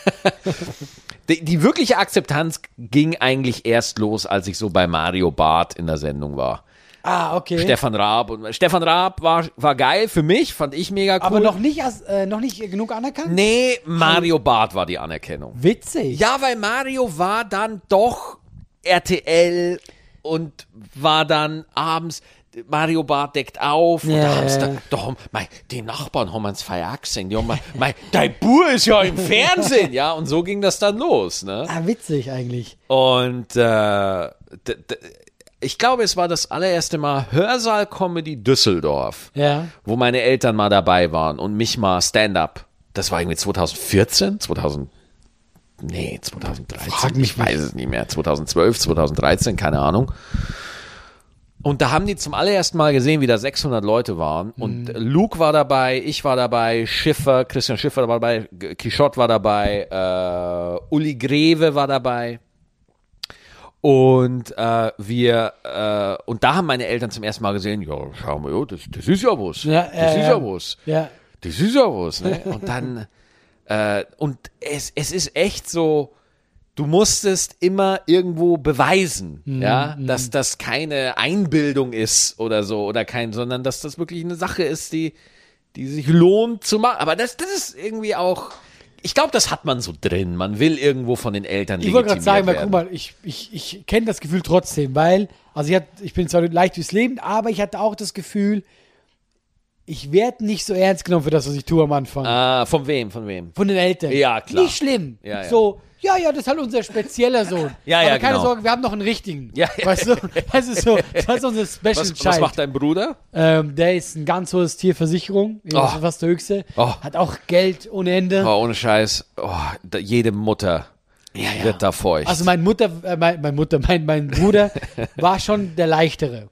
Speaker 2: Die, die wirkliche Akzeptanz ging eigentlich erst los, als ich so bei Mario Barth in der Sendung war.
Speaker 1: ah, okay.
Speaker 2: Stefan Raab. Und Stefan Raab war, war geil für mich, fand ich mega cool.
Speaker 1: aber noch nicht, als- äh, noch nicht genug anerkannt?
Speaker 2: Nee, Mario Barth war die Anerkennung.
Speaker 1: Witzig.
Speaker 2: Ja, weil Mario war dann doch RTL und war dann abends. Mario Barth deckt auf und
Speaker 1: Ja,
Speaker 2: da haben's
Speaker 1: ja,
Speaker 2: dann,
Speaker 1: ja.
Speaker 2: da haben, mei, die Nachbarn haben ans Feier gesehen. Die haben mal, mei, dein Bur ist ja im Fernsehen, ja, und so ging das dann los, ne?
Speaker 1: Ah, witzig eigentlich.
Speaker 2: Und äh, d- d- ich glaube, es war das allererste Mal Hörsaal-Comedy Düsseldorf,
Speaker 1: Ja.
Speaker 2: wo meine Eltern mal dabei waren und mich mal Stand-up. Das war irgendwie 2014, 2000. Nee, 2013.
Speaker 1: Frag mich
Speaker 2: ich weiß es nicht mehr. 2012, 2013, keine Ahnung. Und da haben die zum allerersten Mal gesehen, wie da 600 Leute waren.
Speaker 1: Mhm.
Speaker 2: Und Luke war dabei, ich war dabei, Schiffer, Christian Schiffer war dabei, G- Quichotte war dabei, äh, Uli Greve war dabei. Und äh, wir, äh, und da haben meine Eltern zum ersten Mal gesehen, ja, schau mal, ja, das, das ist ja was.
Speaker 1: Ja,
Speaker 2: das
Speaker 1: ja,
Speaker 2: ist
Speaker 1: ja.
Speaker 2: ja was.
Speaker 1: Ja.
Speaker 2: Das ist ja was, ne? Und dann, äh, und es, es ist echt so, du musstest immer irgendwo beweisen,
Speaker 1: Mhm,
Speaker 2: ja, dass das keine Einbildung ist oder so, oder kein, sondern dass das wirklich eine Sache ist, die, die sich lohnt zu machen. Aber das, das ist irgendwie auch, ich glaube, das hat man so drin. Man will irgendwo von den Eltern
Speaker 1: Ich wollte gerade sagen, weil, guck
Speaker 2: werden.
Speaker 1: mal, ich, ich, ich kenne das Gefühl trotzdem, weil, also ich, hat, ich bin zwar leicht durchs Leben, aber ich hatte auch das Gefühl, ich werde nicht so ernst genommen für das, was ich tue am Anfang.
Speaker 2: Ah, von wem, von wem?
Speaker 1: Von den Eltern.
Speaker 2: Ja, klar.
Speaker 1: Nicht schlimm.
Speaker 2: Ja, ja.
Speaker 1: So, ja, ja, das ist halt unser spezieller Sohn.
Speaker 2: Ja,
Speaker 1: aber
Speaker 2: ja,
Speaker 1: keine
Speaker 2: genau.
Speaker 1: Sorge, wir haben noch einen richtigen.
Speaker 2: Ja.
Speaker 1: Weißt du, das ist so, das ist unser Special
Speaker 2: Was, was
Speaker 1: Child.
Speaker 2: macht dein Bruder?
Speaker 1: ähm, der ist ein ganz hohes Tierversicherung,
Speaker 2: Oh.
Speaker 1: fast der höchste.
Speaker 2: Oh.
Speaker 1: Hat auch Geld ohne Ende.
Speaker 2: Oh, ohne Scheiß, oh, da, jede Mutter wird da feucht.
Speaker 1: Also mein Mutter, äh, mein, mein Mutter, mein, mein Bruder war schon der leichtere.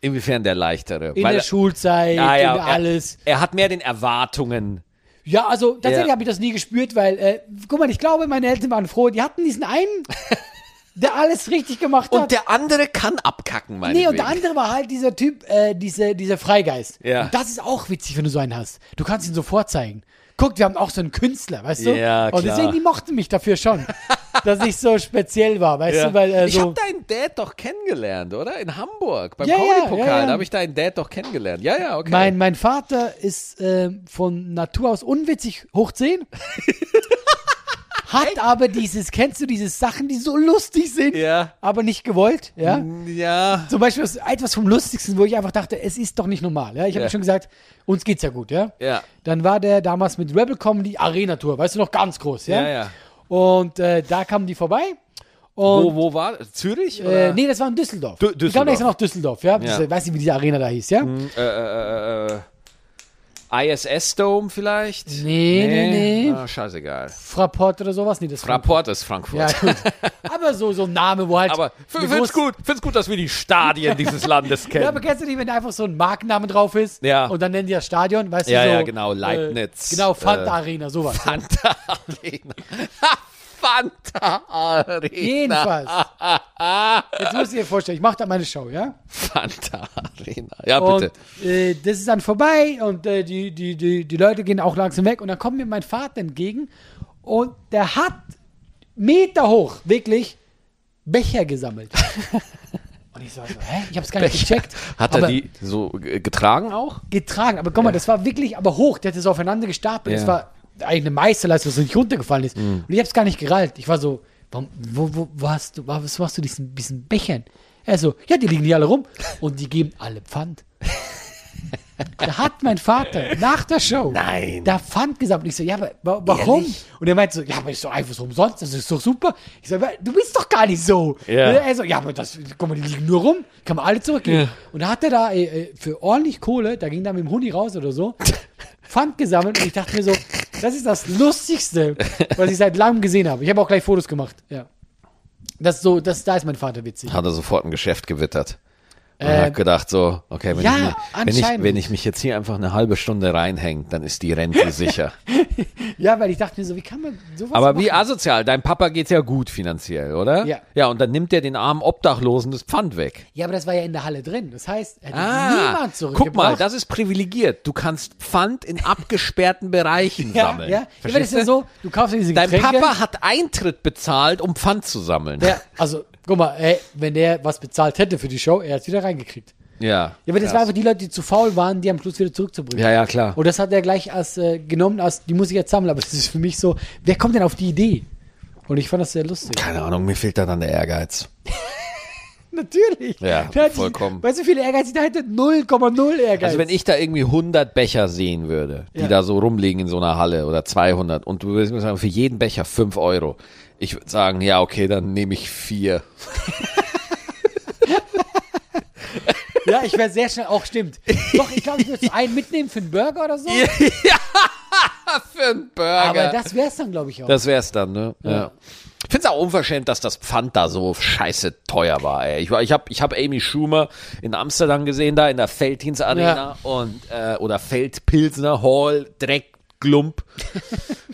Speaker 2: Inwiefern der leichtere?
Speaker 1: In der Schulzeit,
Speaker 2: Ah, ja,
Speaker 1: in alles.
Speaker 2: Er, er hat mehr den Erwartungen
Speaker 1: Ja, also tatsächlich
Speaker 2: Ja.
Speaker 1: habe ich das nie gespürt, weil, äh, guck mal, ich glaube, meine Eltern waren froh. Die hatten diesen einen, der alles richtig gemacht hat.
Speaker 2: Und der andere kann abkacken, meine
Speaker 1: Nee, und der andere war halt dieser Typ, äh, diese, dieser Freigeist.
Speaker 2: Ja.
Speaker 1: Und das ist auch witzig, wenn du so einen hast. Du kannst ihn sofort zeigen. Guck, wir haben auch so einen Künstler, weißt du?
Speaker 2: Ja,
Speaker 1: Und
Speaker 2: klar.
Speaker 1: deswegen, die mochten mich dafür schon, dass ich so speziell war, weißt
Speaker 2: Ja.
Speaker 1: du? Weil, äh,
Speaker 2: ich habe
Speaker 1: so,
Speaker 2: deinen Dad doch kennengelernt, oder? In Hamburg, beim
Speaker 1: Ja, ja,
Speaker 2: Comedy-Pokal,
Speaker 1: ja, ja.
Speaker 2: da habe ich deinen Dad doch kennengelernt. Ja, ja, okay.
Speaker 1: mein, mein Vater ist äh, von Natur aus unwitzig hoch 10. hat aber dieses, kennst du dieses Sachen, die so lustig sind,
Speaker 2: Ja. Mhm.
Speaker 1: aber nicht gewollt, ja?
Speaker 2: Ja.
Speaker 1: Zum Beispiel was- etwas vom Lustigsten, wo ich einfach dachte, es ist doch nicht normal. Ja? Ich habe
Speaker 2: Ja.
Speaker 1: schon gesagt, uns geht's ja gut, ja?
Speaker 2: Ja.
Speaker 1: Dann war der damals mit Rebel Comedy Arena Tour, weißt du noch, ganz groß, ja?
Speaker 2: Ja, ja.
Speaker 1: Und äh, da kamen die vorbei. Und,
Speaker 2: Wo, wo war Zürich?
Speaker 1: äh,
Speaker 2: Oder?
Speaker 1: nee, das war in Düsseldorf. Ich
Speaker 2: Dü-
Speaker 1: glaube,
Speaker 2: Düsseldorf.
Speaker 1: das war noch Düsseldorf, ja? Diese, weiß nicht, wie diese Arena da hieß, ja?
Speaker 2: Äh, äh, äh, äh, ISS Dome vielleicht?
Speaker 1: Nee, nee, nee.
Speaker 2: Ah, scheißegal.
Speaker 1: Fraport oder sowas? Nee, das war-
Speaker 2: Rapport ist Frankfurt.
Speaker 1: Ja, gut. Aber so, so ein Name, wo halt.
Speaker 2: Aber
Speaker 1: eine
Speaker 2: f- find's
Speaker 1: große-
Speaker 2: gut, find's gut, dass wir die Stadien dieses Landes
Speaker 1: Ja, aber
Speaker 2: kennen.
Speaker 1: kennst du nicht, wenn da einfach so ein Markenname drauf ist
Speaker 2: Ja.
Speaker 1: und dann nennen die das Stadion, weißt
Speaker 2: Ja,
Speaker 1: du so.
Speaker 2: ja, genau, Leibniz,
Speaker 1: Äh, genau, Fanta
Speaker 2: äh,
Speaker 1: Arena, sowas.
Speaker 2: Fanta Arena. Ha, Fanta Arena.
Speaker 1: Jedenfalls. Jetzt müsst ihr euch vorstellen, ich mache da meine Show, ja?
Speaker 2: Fanta Arena. Ja,
Speaker 1: Und
Speaker 2: bitte.
Speaker 1: äh, das ist dann vorbei und äh, die, die, die, die Leute gehen auch langsam weg und dann kommt mir mein Vater entgegen und der hat Meter hoch, wirklich, Becher gesammelt. und ich so, also, hä? Ich hab's gar nicht gecheckt.
Speaker 2: Hat er
Speaker 1: aber
Speaker 2: die so äh, getragen auch?
Speaker 1: getragen. Aber guck mal, das war wirklich aber hoch. Der hat das aufeinander gestapelt.
Speaker 2: Ja.
Speaker 1: Das
Speaker 2: Mhm.
Speaker 1: war eigentlich eine Meisterleistung, dass es nicht runtergefallen ist. Und ich hab's gar nicht gerallt. Ich war so, warum, wo, wo, wo hast du, was machst du diesen, diesen Bechern? Er so, ja, die liegen hier alle rum und die geben alle Pfand. da hat mein Vater nach der Show
Speaker 2: Nein.
Speaker 1: da Pfand gesammelt. Ich so, ja, aber wa- warum?
Speaker 2: Ehrlich?
Speaker 1: Und er meinte so, ja, aber ist doch einfach so umsonst, das ist doch super. Ich so, aber du bist doch gar nicht so.
Speaker 2: Ja.
Speaker 1: Und Er so, ja, aber das, guck mal, die liegen nur rum, kann man alle zurückgeben.
Speaker 2: Ja.
Speaker 1: Und da hat er da äh, äh, für ordentlich Kohle, da ging da mit dem Huni raus oder so, Pfand gesammelt und ich dachte mir so, das ist das Lustigste, was ich seit langem gesehen habe. Ich habe auch gleich Fotos gemacht, ja. Das ist so, das, da ist mein Vater witzig.
Speaker 2: Hat er sofort ein Geschäft gewittert. Und
Speaker 1: Äh,
Speaker 2: hat gedacht so, okay, wenn,
Speaker 1: ja,
Speaker 2: ich, mir- wenn, ich,
Speaker 1: anscheinend.
Speaker 2: wenn ich mich jetzt hier einfach eine halbe Stunde reinhänge, dann ist die Rente sicher.
Speaker 1: Ja, weil ich dachte mir so, wie kann man sowas
Speaker 2: Aber
Speaker 1: machen?
Speaker 2: wie asozial, dein Papa geht's ja gut finanziell, oder?
Speaker 1: Ja.
Speaker 2: Ja, und dann nimmt er den armen Obdachlosen das Pfand weg. Ah,
Speaker 1: Ja, aber das war ja in der Halle drin. Das heißt, hätte niemand zurückgebracht.
Speaker 2: guck mal, das ist privilegiert. Du kannst Pfand in abgesperrten Bereichen
Speaker 1: ja,
Speaker 2: sammeln.
Speaker 1: Ja, ja aber das ist ja
Speaker 2: Verstehst
Speaker 1: so, du kaufst dir diese
Speaker 2: du? Dein
Speaker 1: Getränke.
Speaker 2: Papa hat Eintritt bezahlt, um Pfand zu sammeln.
Speaker 1: Der, also, guck mal, ey, wenn der was bezahlt hätte für die Show, er hat wieder reingekriegt.
Speaker 2: ja.
Speaker 1: Ja, aber das waren einfach die Leute, die zu faul waren, die am Schluss wieder zurückzubringen.
Speaker 2: Ja, ja, klar.
Speaker 1: Und das hat er gleich als äh, genommen, als die muss ich jetzt sammeln. Aber das ist für mich so, wer kommt denn auf die Idee? Und ich fand das sehr lustig.
Speaker 2: Keine Ahnung, mir fehlt da dann der Ehrgeiz.
Speaker 1: Natürlich.
Speaker 2: Ja,
Speaker 1: Der hat sich-
Speaker 2: vollkommen.
Speaker 1: Weißt du, wie viel Ehrgeiz ich da hätte? 0,0 Ehrgeiz.
Speaker 2: Also wenn ich da irgendwie 100 Becher sehen würde, die
Speaker 1: Ja.
Speaker 2: da so rumliegen in so einer Halle oder 200 und du würdest mir sagen, für jeden Becher 5 Euro. Ich würde sagen, ja, okay, dann nehme ich vier.
Speaker 1: ja, ich wäre sehr schnell, auch stimmt. Doch, ich glaube, ich würde so einen mitnehmen für einen Burger oder so.
Speaker 2: Für einen Burger.
Speaker 1: aber das wäre es dann, glaube ich, auch.
Speaker 2: Das wär's dann, ne? Ja. Ich find's auch unverschämt, dass das Pfand da so scheiße teuer war, ey. Ich, war- ich hab, ich hab Amy Schumer in Amsterdam gesehen, da in der Felddienst Arena und, äh, oder Feldpilsner Hall, Dreck, Glump.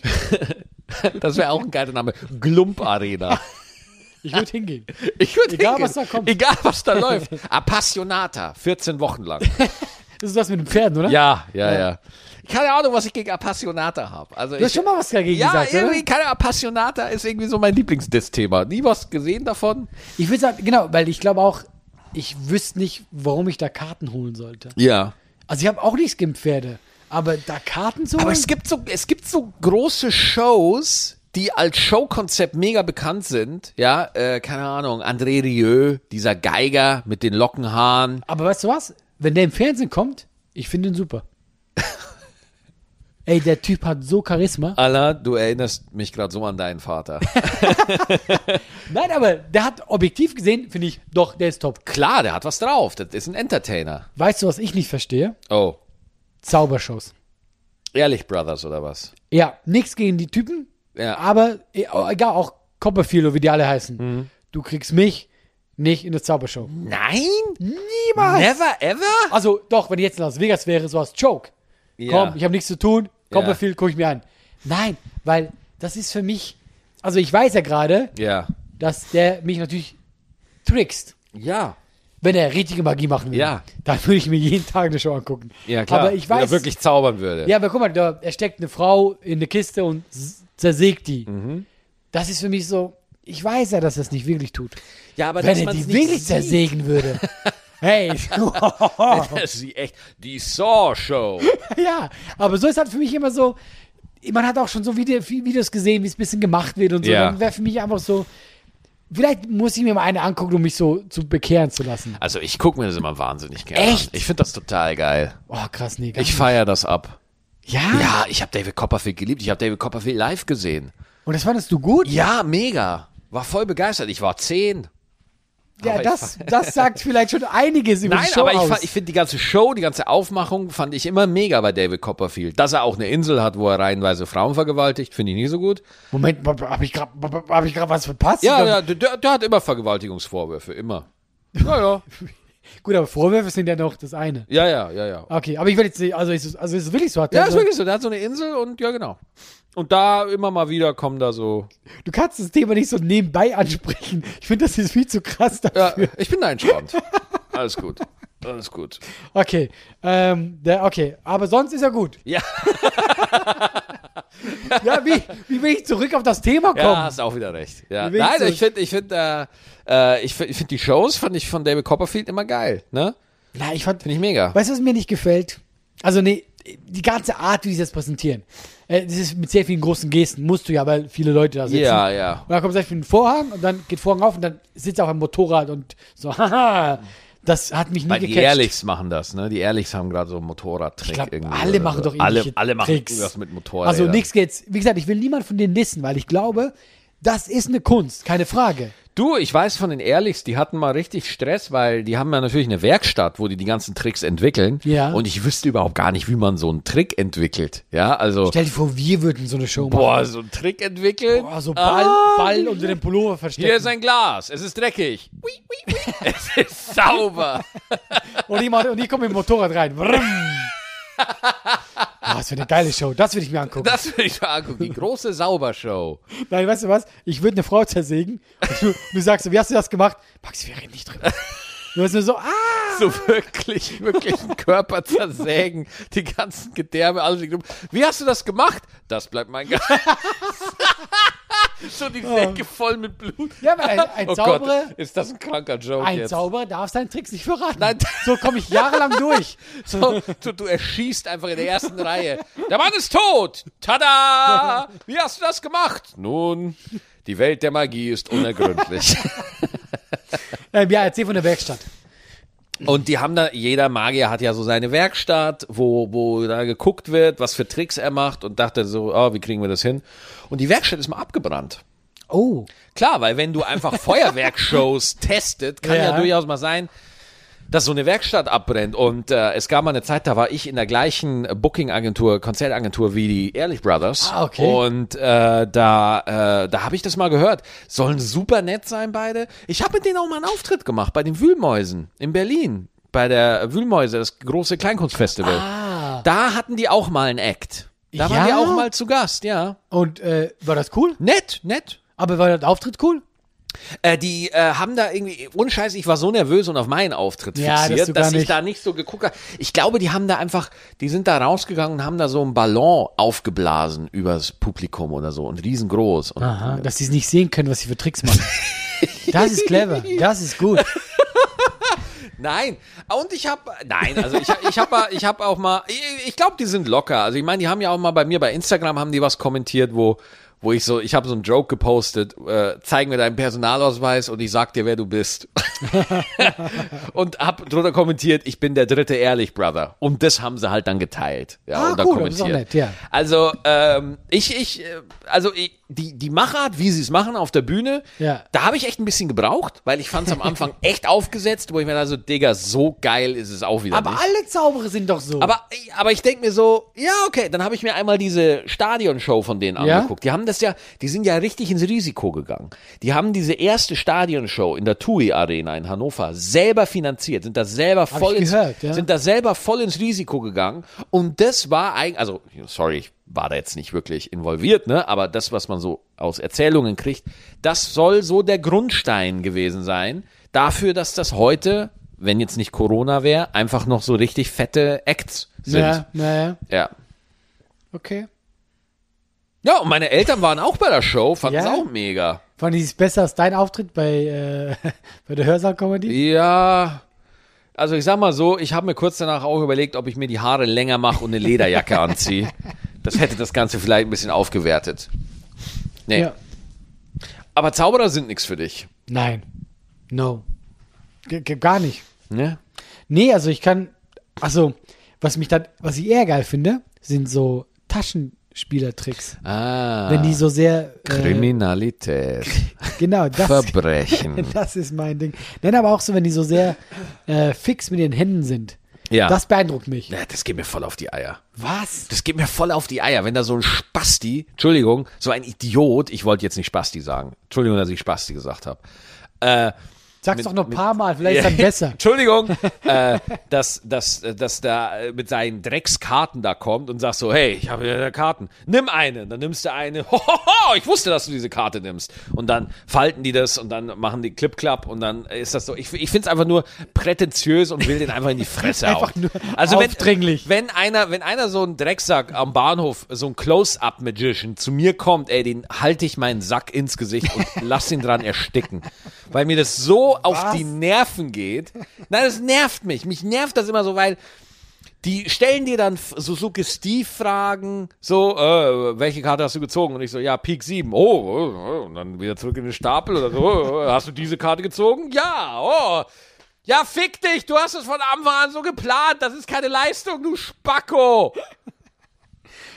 Speaker 2: das wäre auch ein geiler Name. Glump Arena.
Speaker 1: ich würde hingehen.
Speaker 2: Ich würde
Speaker 1: Egal, was da kommt.
Speaker 2: Egal, was da läuft. Appassionata, 14 Wochen lang.
Speaker 1: Das ist das mit den Pferden, oder?
Speaker 2: Ja, ja, ja. Keine Ahnung, was ich gegen Appassionata habe. Also
Speaker 1: Du
Speaker 2: ich,
Speaker 1: hast schon mal was dagegen
Speaker 2: ja,
Speaker 1: gesagt, ne? oder?
Speaker 2: irgendwie, keine Appassionata ist irgendwie so mein Lieblingsdiss-Thema. Nie was gesehen davon?
Speaker 1: Ich würde sagen, genau, weil ich glaube auch, ich wüsste nicht, warum ich da Karten holen sollte.
Speaker 2: Ja.
Speaker 1: Also ich habe auch nichts gegen Pferde, aber da Karten zu holen,
Speaker 2: Aber es gibt so, es gibt so große Shows, die als Showkonzept mega bekannt sind. Ja, äh, keine Ahnung, André Rieu, dieser Geiger mit den Lockenhaaren.
Speaker 1: aber weißt du was? Wenn der im Fernsehen kommt, ich finde ihn super. Ey, der Typ hat so Charisma.
Speaker 2: Alain, du erinnerst mich gerade so an deinen Vater.
Speaker 1: Nein, aber der hat objektiv gesehen, finde ich, doch, der ist top.
Speaker 2: Klar, der hat was drauf. Das ist ein Entertainer.
Speaker 1: Weißt du, was ich nicht verstehe?
Speaker 2: Oh.
Speaker 1: Zaubershows.
Speaker 2: Ehrlich Brothers oder was?
Speaker 1: Ja, nichts gegen die Typen,
Speaker 2: Ja.
Speaker 1: aber e- egal, auch Copperfield, oder wie die alle heißen.
Speaker 2: Mhm.
Speaker 1: Du kriegst mich nicht in eine Zaubershow.
Speaker 2: Nein?
Speaker 1: Niemals!
Speaker 2: Never ever?
Speaker 1: Also doch, wenn ich jetzt in Las Vegas wäre, so als Joke.
Speaker 2: Ja.
Speaker 1: Komm, ich habe nichts zu tun. Copperfield gucke ich mir an. Nein, weil das ist für mich, also ich weiß ja gerade,
Speaker 2: Ja.
Speaker 1: dass der mich natürlich trickst.
Speaker 2: Ja.
Speaker 1: Wenn er richtige Magie machen will,
Speaker 2: Ja.
Speaker 1: dann würde ich mir jeden Tag eine Show angucken.
Speaker 2: Ja, klar.
Speaker 1: Aber ich weiß,
Speaker 2: Wenn er wirklich zaubern würde.
Speaker 1: Ja, aber guck mal, da, er steckt eine Frau in eine Kiste und s- zersägt die.
Speaker 2: Mhm.
Speaker 1: Das ist für mich so, ich weiß ja, dass er es nicht wirklich tut.
Speaker 2: Ja, aber
Speaker 1: Wenn er die wirklich zersägen würde. Hey, wow.
Speaker 2: Das ist echt die Saw-Show.
Speaker 1: ja, aber so ist halt für mich immer so, man hat auch schon so Vide viel Videos gesehen, wie es ein bisschen gemacht wird und so.
Speaker 2: Ja.
Speaker 1: Dann wäre für mich einfach so, vielleicht muss ich mir mal eine angucken, um mich so zu bekehren zu lassen.
Speaker 2: Also ich gucke mir das immer wahnsinnig gerne
Speaker 1: Echt?
Speaker 2: an. Ich finde das total geil.
Speaker 1: Oh, krass, nee. gar
Speaker 2: Ich
Speaker 1: nicht.
Speaker 2: feiere das ab.
Speaker 1: ja?
Speaker 2: Ja, ich habe David Copperfield geliebt. Ich habe David Copperfield live gesehen.
Speaker 1: Und das fandest du gut?
Speaker 2: Ja, mega. War voll begeistert. Ich war zehn.
Speaker 1: Ja,
Speaker 2: aber ich
Speaker 1: das, das sagt vielleicht schon einiges über
Speaker 2: Nein,
Speaker 1: die Show
Speaker 2: aber ich,
Speaker 1: aus.
Speaker 2: fa- ich finde die ganze Show, die ganze Aufmachung fand ich immer mega bei David Copperfield. Dass er auch eine Insel hat, wo er reihenweise Frauen vergewaltigt, finde ich nie so gut.
Speaker 1: Moment, habe ich gerade hab ich grad was verpasst? Ich
Speaker 2: Ja,
Speaker 1: glaub,
Speaker 2: ja der, der, der hat immer Vergewaltigungsvorwürfe, immer. Ja, ja,
Speaker 1: Gut, aber Vorwürfe sind ja noch das eine.
Speaker 2: ja, ja, ja, ja.
Speaker 1: Okay, aber ich werde jetzt, nicht- also ist es, also ist es wirklich so? Hat der
Speaker 2: Ja, ist
Speaker 1: so
Speaker 2: wirklich so. Der hat so eine Insel und ja, genau. Und da immer mal wieder kommen da so.
Speaker 1: du kannst das Thema nicht so nebenbei ansprechen. Ich finde, das ist viel zu krass
Speaker 2: Ja,
Speaker 1: dafür.
Speaker 2: ich bin da entspannt. Alles gut. Alles gut.
Speaker 1: Okay, ähm, der, okay, aber sonst ist er gut.
Speaker 2: Ja.
Speaker 1: Ja, wie, wie will ich zurück auf das Thema kommen?
Speaker 2: Ja, hast auch wieder recht. Ja.
Speaker 1: Bewegt
Speaker 2: Nein,
Speaker 1: sich.
Speaker 2: ich finde, ich finde, äh, äh, ich finde find die Shows fand ich von David Copperfield immer geil, ne?
Speaker 1: Na, ich fand,
Speaker 2: Finde ich mega.
Speaker 1: weißt du, was mir nicht gefällt? Also, nee, die ganze Art, wie sie das präsentieren. Äh, das ist mit sehr vielen großen Gesten, musst du ja, weil viele Leute da sitzen.
Speaker 2: Ja, ja.
Speaker 1: Und dann kommt zum Beispiel ein Vorhang und dann geht Vorhang auf und dann sitzt er auch am Motorrad und so, haha, das hat mich nie
Speaker 2: Weil die
Speaker 1: gecatcht.
Speaker 2: Ehrlichs machen das, ne? Die Ehrlichs haben gerade so einen Motorradtrick
Speaker 1: Ich glaub,
Speaker 2: irgendwie.
Speaker 1: alle
Speaker 2: oder
Speaker 1: machen
Speaker 2: so.
Speaker 1: doch
Speaker 2: alle,
Speaker 1: irgendwelche
Speaker 2: alle machen
Speaker 1: Tricks.
Speaker 2: irgendwas mit Motorrad.
Speaker 1: Also nichts geht's. Wie gesagt, ich will niemand von denen wissen, weil ich glaube, das ist eine Kunst, keine Frage.
Speaker 2: Du, ich weiß von den Ehrlichs, die hatten mal richtig Stress, weil die haben ja natürlich eine Werkstatt, wo die die ganzen Tricks entwickeln.
Speaker 1: Ja.
Speaker 2: Und ich wüsste überhaupt gar nicht, wie man so einen Trick entwickelt. Ja, also,
Speaker 1: Stell dir vor, wir würden so eine Show
Speaker 2: boah, so einen Trick entwickeln.
Speaker 1: machen. Boah, so Ball,
Speaker 2: Ah,
Speaker 1: Ball unter dem Pullover verstecken.
Speaker 2: Hier ist ein Glas, es ist dreckig. Ui, ui, ui. es ist sauber.
Speaker 1: Und ich, mach- und ich komme mit dem Motorrad rein. Wrrmm. Ah, das wäre eine geile Show. Das würde ich mir angucken.
Speaker 2: Das würde ich mal angucken. Die große Saubershow.
Speaker 1: Nein, weißt du was? Ich würde eine Frau zersägen. Und du, du sagst, so, wie hast du das gemacht? Max, wir reden nicht drüber. Du hast nur so, ah!
Speaker 2: So wirklich, wirklich einen Körper zersägen. Die ganzen Gedärme, alles. liegt um. Wie hast du das gemacht? Das bleibt mein Geheimnis. so die Säcke voll mit Blut.
Speaker 1: Ja, weil ein, Oh. ein
Speaker 2: oh
Speaker 1: Zauberer,
Speaker 2: Gott, ist das ein kranker Joke
Speaker 1: ein
Speaker 2: jetzt?
Speaker 1: Zauberer darf seinen Tricks nicht verraten.
Speaker 2: Nein.
Speaker 1: So komme ich jahrelang durch.
Speaker 2: So, du, du erschießt einfach in der ersten Reihe. Der Mann ist tot! Tada! Wie hast du das gemacht? Nun, die Welt der Magie ist unergründlich.
Speaker 1: Ähm, ja, erzähl von der Werkstatt.
Speaker 2: Und die haben da, jeder Magier hat ja so seine Werkstatt, wo, wo da geguckt wird, was für Tricks er macht und dachte so, oh, wie kriegen wir das hin? Und die Werkstatt ist mal abgebrannt.
Speaker 1: Oh.
Speaker 2: Klar, weil wenn du einfach Feuerwerkshows testet, kann ja.
Speaker 1: Ja.
Speaker 2: durchaus mal sein, dass so eine Werkstatt abbrennt. Und äh, es gab mal eine Zeit, da war ich in der gleichen Booking-Agentur, Konzertagentur wie die Ehrlich Brothers.
Speaker 1: Ah, okay.
Speaker 2: Und äh, da, äh, da habe ich das mal gehört. Sollen super nett sein beide. Ich habe mit denen auch mal einen Auftritt gemacht bei den Wühlmäusen in Berlin. Bei der Wühlmäuse, das große Kleinkunstfestival.
Speaker 1: Ah.
Speaker 2: Da hatten die auch mal einen Act. Da waren die
Speaker 1: Ja?
Speaker 2: auch mal zu Gast, ja.
Speaker 1: Und äh, war das cool?
Speaker 2: Nett, nett.
Speaker 1: Aber war der Auftritt cool?
Speaker 2: Äh, die äh, haben da irgendwie, ohne Scheiß, ich war so nervös und auf meinen Auftritt
Speaker 1: Ja, dass
Speaker 2: fixiert,
Speaker 1: du gar
Speaker 2: dass ich
Speaker 1: nicht-
Speaker 2: da nicht so geguckt habe. Ich glaube, die haben da einfach, die sind da rausgegangen und haben da so einen Ballon aufgeblasen übers Publikum oder so und riesengroß. Und
Speaker 1: Aha, dass sie es nicht sehen können, was sie für Tricks machen. Das ist clever. Das ist gut.
Speaker 2: Nein, und ich habe, nein, also ich, ich habe ich hab auch mal, ich, ich glaube, die sind locker. Also ich meine, die haben ja auch mal bei mir bei Instagram haben die was kommentiert, wo wo ich so, ich habe so einen Joke gepostet, äh, zeig mir deinen Personalausweis und ich sag dir, wer du bist. und hab drunter kommentiert, ich bin der dritte Ehrlich Brother. Und das haben sie halt dann geteilt. Ja,
Speaker 1: Ah,
Speaker 2: und dann
Speaker 1: cool, das ist auch
Speaker 2: kommentiert.
Speaker 1: nett, ja.
Speaker 2: Also, ähm, ich, ich, äh, also ich, die, die Machart, wie sie es machen auf der Bühne,
Speaker 1: Ja.
Speaker 2: da habe ich echt ein bisschen gebraucht, weil ich fand es am Anfang echt aufgesetzt, wo ich mir da so, Digga, so geil ist es auch wieder
Speaker 1: Aber
Speaker 2: nicht.
Speaker 1: alle Zauberer sind doch so.
Speaker 2: Aber, aber ich denke mir so, ja, okay, dann habe ich mir einmal diese Stadionshow von denen
Speaker 1: Ja?
Speaker 2: angeguckt. Die haben das das ja, die sind ja richtig ins Risiko gegangen. Die haben diese erste Stadionshow in der TUI Arena in Hannover selber finanziert, sind da selber voll
Speaker 1: ich
Speaker 2: ins,
Speaker 1: gehört, ja.
Speaker 2: sind da selber voll ins Risiko gegangen und das war eigentlich also sorry, ich war da jetzt nicht wirklich involviert, ne, aber das was man so aus Erzählungen kriegt, das soll so der Grundstein gewesen sein dafür, dass das heute, wenn jetzt nicht Corona wäre, einfach noch so richtig fette Acts sind.
Speaker 1: Ja, naja,
Speaker 2: ja.
Speaker 1: okay.
Speaker 2: Ja, und meine Eltern waren auch bei der Show, fanden es
Speaker 1: Ja?
Speaker 2: auch mega.
Speaker 1: Fand ich es besser als dein Auftritt bei, äh, bei der Hörsaal-Comedy?
Speaker 2: Ja, also ich sag mal so, ich habe mir kurz danach auch überlegt, ob ich mir die Haare länger mache und eine Lederjacke anziehe. Das hätte das Ganze vielleicht ein bisschen aufgewertet. Nee,
Speaker 1: Ja.
Speaker 2: aber Zauberer sind nichts für dich.
Speaker 1: Nein. No. G g- gar nicht.
Speaker 2: Ne?
Speaker 1: Nee, also ich kann, also was mich dann, was ich eher geil finde, sind so Taschenspielertricks.
Speaker 2: Ah,
Speaker 1: Wenn die so sehr. Äh,
Speaker 2: Kriminalität,
Speaker 1: genau, das,
Speaker 2: Verbrechen.
Speaker 1: das ist mein Ding. Nein, aber auch so, wenn die so sehr äh, fix mit den Händen sind.
Speaker 2: Ja.
Speaker 1: Das beeindruckt mich.
Speaker 2: Ja, das geht mir voll auf die Eier.
Speaker 1: Was?
Speaker 2: Das geht mir voll auf die Eier, wenn da so ein Spasti, Entschuldigung, so ein Idiot, ich wollte jetzt nicht Spasti sagen. Entschuldigung, dass ich Spasti gesagt äh, habe.
Speaker 1: Sag's doch noch ein paar Mal, vielleicht ist dann besser.
Speaker 2: Entschuldigung, äh, dass, dass, äh, dass der mit seinen Dreckskarten da kommt und sagt so, hey, ich habe hier Karten, nimm eine. Dann nimmst du eine, hohoho, ich wusste, dass du diese Karte nimmst. Und dann falten die das und dann machen die Clip-Clap und dann ist das so. Ich, ich finde es einfach nur prätentiös und will den einfach in die Fresse
Speaker 1: Einfach
Speaker 2: hauen.
Speaker 1: nur
Speaker 2: also wenn,
Speaker 1: aufdringlich.
Speaker 2: wenn einer, wenn einer so ein Drecksack am Bahnhof, so ein Close-Up-Magician zu mir kommt, ey, den halte ich meinen Sack ins Gesicht und lass ihn dran ersticken. Weil mir das so auf die Nerven geht. Nein, das nervt mich. Mich nervt das immer so, weil die stellen dir dann f- so Suggestivfragen, so, äh, welche Karte hast du gezogen? Und ich so, ja, Pik 7. Oh, oh, oh, und dann wieder zurück in den Stapel oder so. Oh, oh, hast du diese Karte gezogen? Ja, oh. Ja, fick dich, du hast es von Anfang an so geplant. Das ist keine Leistung, du Spacko.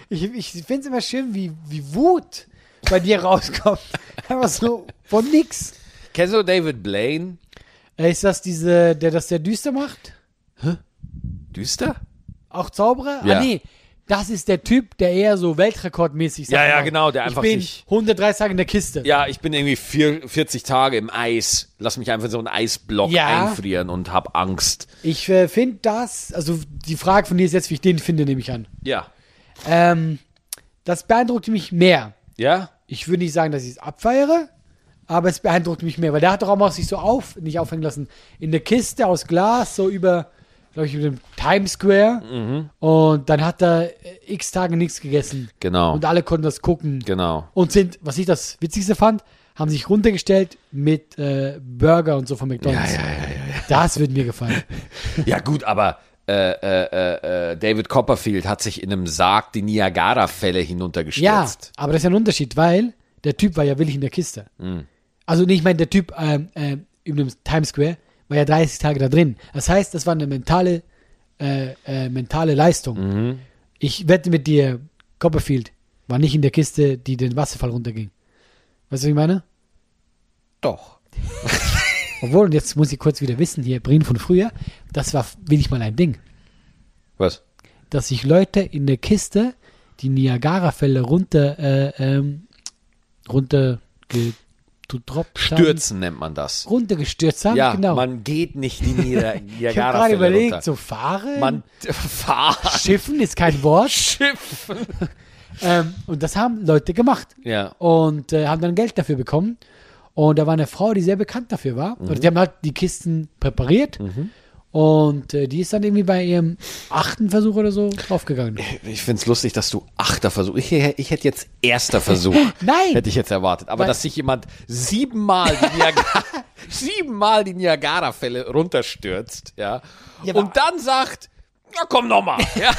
Speaker 1: Ich, ich finde es immer schön, wie, wie Wut bei dir rauskommt. Einfach so von nix.
Speaker 2: Kennst du David Blaine?
Speaker 1: Äh, Ist das diese, der das der düster macht?
Speaker 2: Düster?
Speaker 1: Auch Zauberer?
Speaker 2: Ja.
Speaker 1: Ah, nee. Das ist der Typ, der eher so weltrekordmäßig
Speaker 2: Ja,
Speaker 1: sagt,
Speaker 2: ja,
Speaker 1: "Oh,
Speaker 2: genau, der einfach
Speaker 1: Ich bin
Speaker 2: sich-
Speaker 1: 130 Tage in der Kiste.
Speaker 2: Ja, ich bin irgendwie vier, 40 Tage im Eis. Lass mich einfach in so einen Eisblock
Speaker 1: Ja.
Speaker 2: einfrieren und hab Angst.
Speaker 1: Ich äh, finde das, also die Frage von dir ist jetzt, wie ich den finde, nehme ich an.
Speaker 2: Ja.
Speaker 1: Ähm, das beeindruckt mich mehr.
Speaker 2: Ja?
Speaker 1: Ich würde nicht sagen, dass ich es abfeiere, aber es beeindruckt mich mehr, weil der hat doch auch mal sich so auf, nicht aufhängen lassen, in der Kiste aus Glas, so über, glaube ich, über dem Times Square. Und dann hat er äh, x Tage nichts gegessen.
Speaker 2: Genau.
Speaker 1: Und alle konnten das gucken.
Speaker 2: Genau.
Speaker 1: Und sind, was ich das Witzigste fand, haben sich runtergestellt mit äh, Burger und so von McDonalds. Das wird mir gefallen.
Speaker 2: Ja, gut, aber äh, äh, äh, äh, David Copperfield hat sich in einem Sarg die Niagara-Fälle
Speaker 1: ja,
Speaker 2: hinuntergestürzt.
Speaker 1: aber das ist ja ein Unterschied, weil der Typ war ja willig in der Kiste. Also, nee, ich meine, der Typ ähm, ähm, über dem Times Square war ja 30 Tage da drin. Das heißt, das war eine mentale, äh, äh, mentale Leistung. Ich wette mit dir, Copperfield war nicht in der Kiste, die den Wasserfall runterging. Weißt du, was ich meine?
Speaker 2: Doch.
Speaker 1: Obwohl, und jetzt muss ich kurz wieder wissen, hier, Brin von früher, das war wenig mal ein Ding,
Speaker 2: Was?
Speaker 1: dass sich Leute in der Kiste die Niagara-Fälle runter, äh, ähm, runter
Speaker 2: Stürzen nennt man das.
Speaker 1: runtergestürzt haben,
Speaker 2: Ja,
Speaker 1: genau.
Speaker 2: man geht nicht die Niagara-
Speaker 1: ich habe gerade
Speaker 2: Niagara-Fälle
Speaker 1: überlegt,
Speaker 2: runter.
Speaker 1: so fahren,
Speaker 2: Man fahrt
Speaker 1: schiffen ist kein Wort.
Speaker 2: Schiff.
Speaker 1: ähm, und das haben Leute gemacht.
Speaker 2: Ja.
Speaker 1: und äh, haben dann Geld dafür bekommen. Und da war eine Frau, die sehr bekannt dafür war.
Speaker 2: Mhm.
Speaker 1: Und die haben halt die Kisten präpariert. Und äh, die ist dann irgendwie bei ihrem achten Versuch oder so draufgegangen.
Speaker 2: Ich find's lustig, dass du achter Versuch. Ich, ich hätte jetzt erster Versuch.
Speaker 1: Nein!
Speaker 2: Hätte ich jetzt erwartet. Aber
Speaker 1: Weil-
Speaker 2: dass sich jemand siebenmal die Niagara, siebenmal die Niagara-Fälle runterstürzt, ja.
Speaker 1: Ja, aber-
Speaker 2: und dann sagt, ja, komm nochmal. Ja,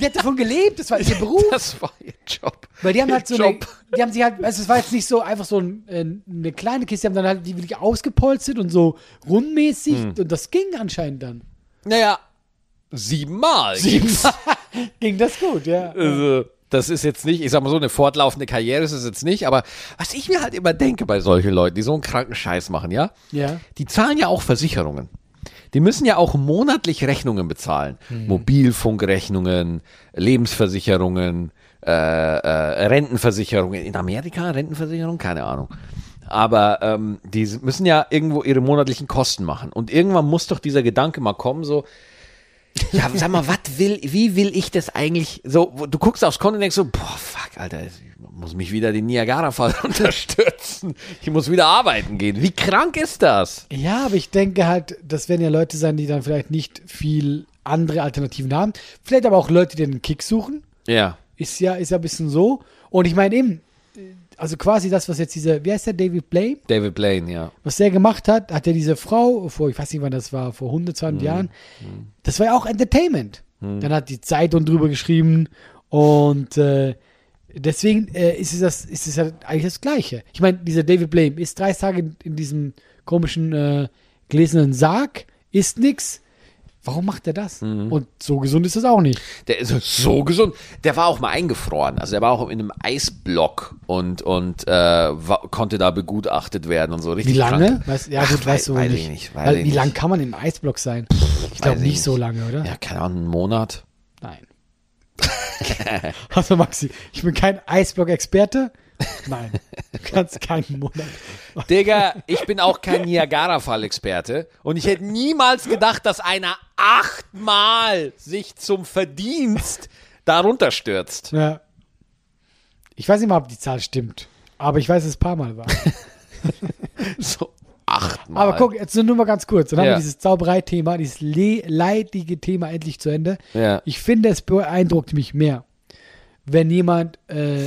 Speaker 1: Die hat davon gelebt, das war ihr Beruf.
Speaker 2: das war ihr Job.
Speaker 1: Weil die haben halt so eine,
Speaker 2: Job.
Speaker 1: die haben sich halt, also es war jetzt nicht so einfach so ein, äh, eine kleine Kiste, die haben dann halt die wirklich ausgepolstert und so rundmäßig und das ging anscheinend dann.
Speaker 2: Naja, siebenmal. Siebenmal.
Speaker 1: Ging das gut, ja.
Speaker 2: Also, das ist jetzt nicht, ich sag mal so, eine fortlaufende Karriere ist es jetzt nicht, aber was ich mir halt immer denke bei solchen Leuten, die so einen kranken Scheiß machen, ja?
Speaker 1: Ja.
Speaker 2: Die zahlen ja auch Versicherungen. Die müssen ja auch
Speaker 1: Mhm.
Speaker 2: monatlich Rechnungen bezahlen. Mobilfunkrechnungen, Lebensversicherungen, äh, äh, Rentenversicherungen. In Amerika Rentenversicherung? Keine Ahnung. Aber ähm, die müssen ja irgendwo ihre monatlichen Kosten machen. Und irgendwann muss doch dieser Gedanke mal kommen, so, ja, sag mal, was will, wie will ich das eigentlich so, wo- du guckst aufs Konto und denkst so, boah, fuck, Alter, ich muss mich wieder den Niagara-Fall unterstützen. Ich muss wieder arbeiten gehen. Wie krank ist das?
Speaker 1: Ja, aber ich denke halt, das werden ja Leute sein, die dann vielleicht nicht viel andere Alternativen haben. Vielleicht aber auch Leute, die den Kick suchen.
Speaker 2: Ja.
Speaker 1: Ist ja, ist ja ein bisschen so. Und ich meine eben, äh, also quasi das, was jetzt dieser, wie heißt der, David Blaine?
Speaker 2: David Blaine, ja.
Speaker 1: Was der gemacht hat, hat er diese Frau, vor, ich weiß nicht wann das war, vor 120
Speaker 2: Mhm.
Speaker 1: Jahren, das war ja auch Entertainment. Dann hat die Zeitung drüber geschrieben und äh, deswegen äh, ist es das, ist es halt eigentlich das Gleiche. Ich meine, dieser David Blaine ist 30 Tage in, in diesem komischen äh, gläsernen Sarg, ist nix. Warum macht er das?
Speaker 2: Mhm.
Speaker 1: Und so gesund ist das auch nicht.
Speaker 2: Der ist so gesund. Der war auch mal eingefroren. Also der war auch in einem Eisblock und, und äh, wa- konnte da begutachtet werden und so richtig.
Speaker 1: Wie lange?
Speaker 2: krank.
Speaker 1: Weiß, ja,
Speaker 2: Ach,
Speaker 1: gut, weißt
Speaker 2: weiß,
Speaker 1: du
Speaker 2: weiß
Speaker 1: nicht.
Speaker 2: Ich nicht weiß
Speaker 1: Weil,
Speaker 2: ich
Speaker 1: wie
Speaker 2: nicht.
Speaker 1: lang kann man im Eisblock sein? Ich glaube
Speaker 2: ich
Speaker 1: nicht, so
Speaker 2: nicht.
Speaker 1: lange, oder?
Speaker 2: Ja, keine Ahnung, einen Monat.
Speaker 1: Nein. also Maxi, ich bin kein Eisblock-Experte. Nein, du kannst keinen Monat.
Speaker 2: Digga, ich bin auch kein Niagara-Fall-Experte und ich hätte niemals gedacht, dass einer achtmal sich zum Verdienst darunter stürzt.
Speaker 1: Ja. Ich weiß nicht mal, ob die Zahl stimmt, aber ich weiß, dass es ein paar Mal war.
Speaker 2: So achtmal.
Speaker 1: Aber guck, jetzt nur mal ganz kurz. Dann haben
Speaker 2: Ja.
Speaker 1: wir dieses Zauberei-Thema, dieses le leidige Thema endlich zu Ende.
Speaker 2: Ja.
Speaker 1: Ich finde, es beeindruckt mich mehr, wenn jemand äh,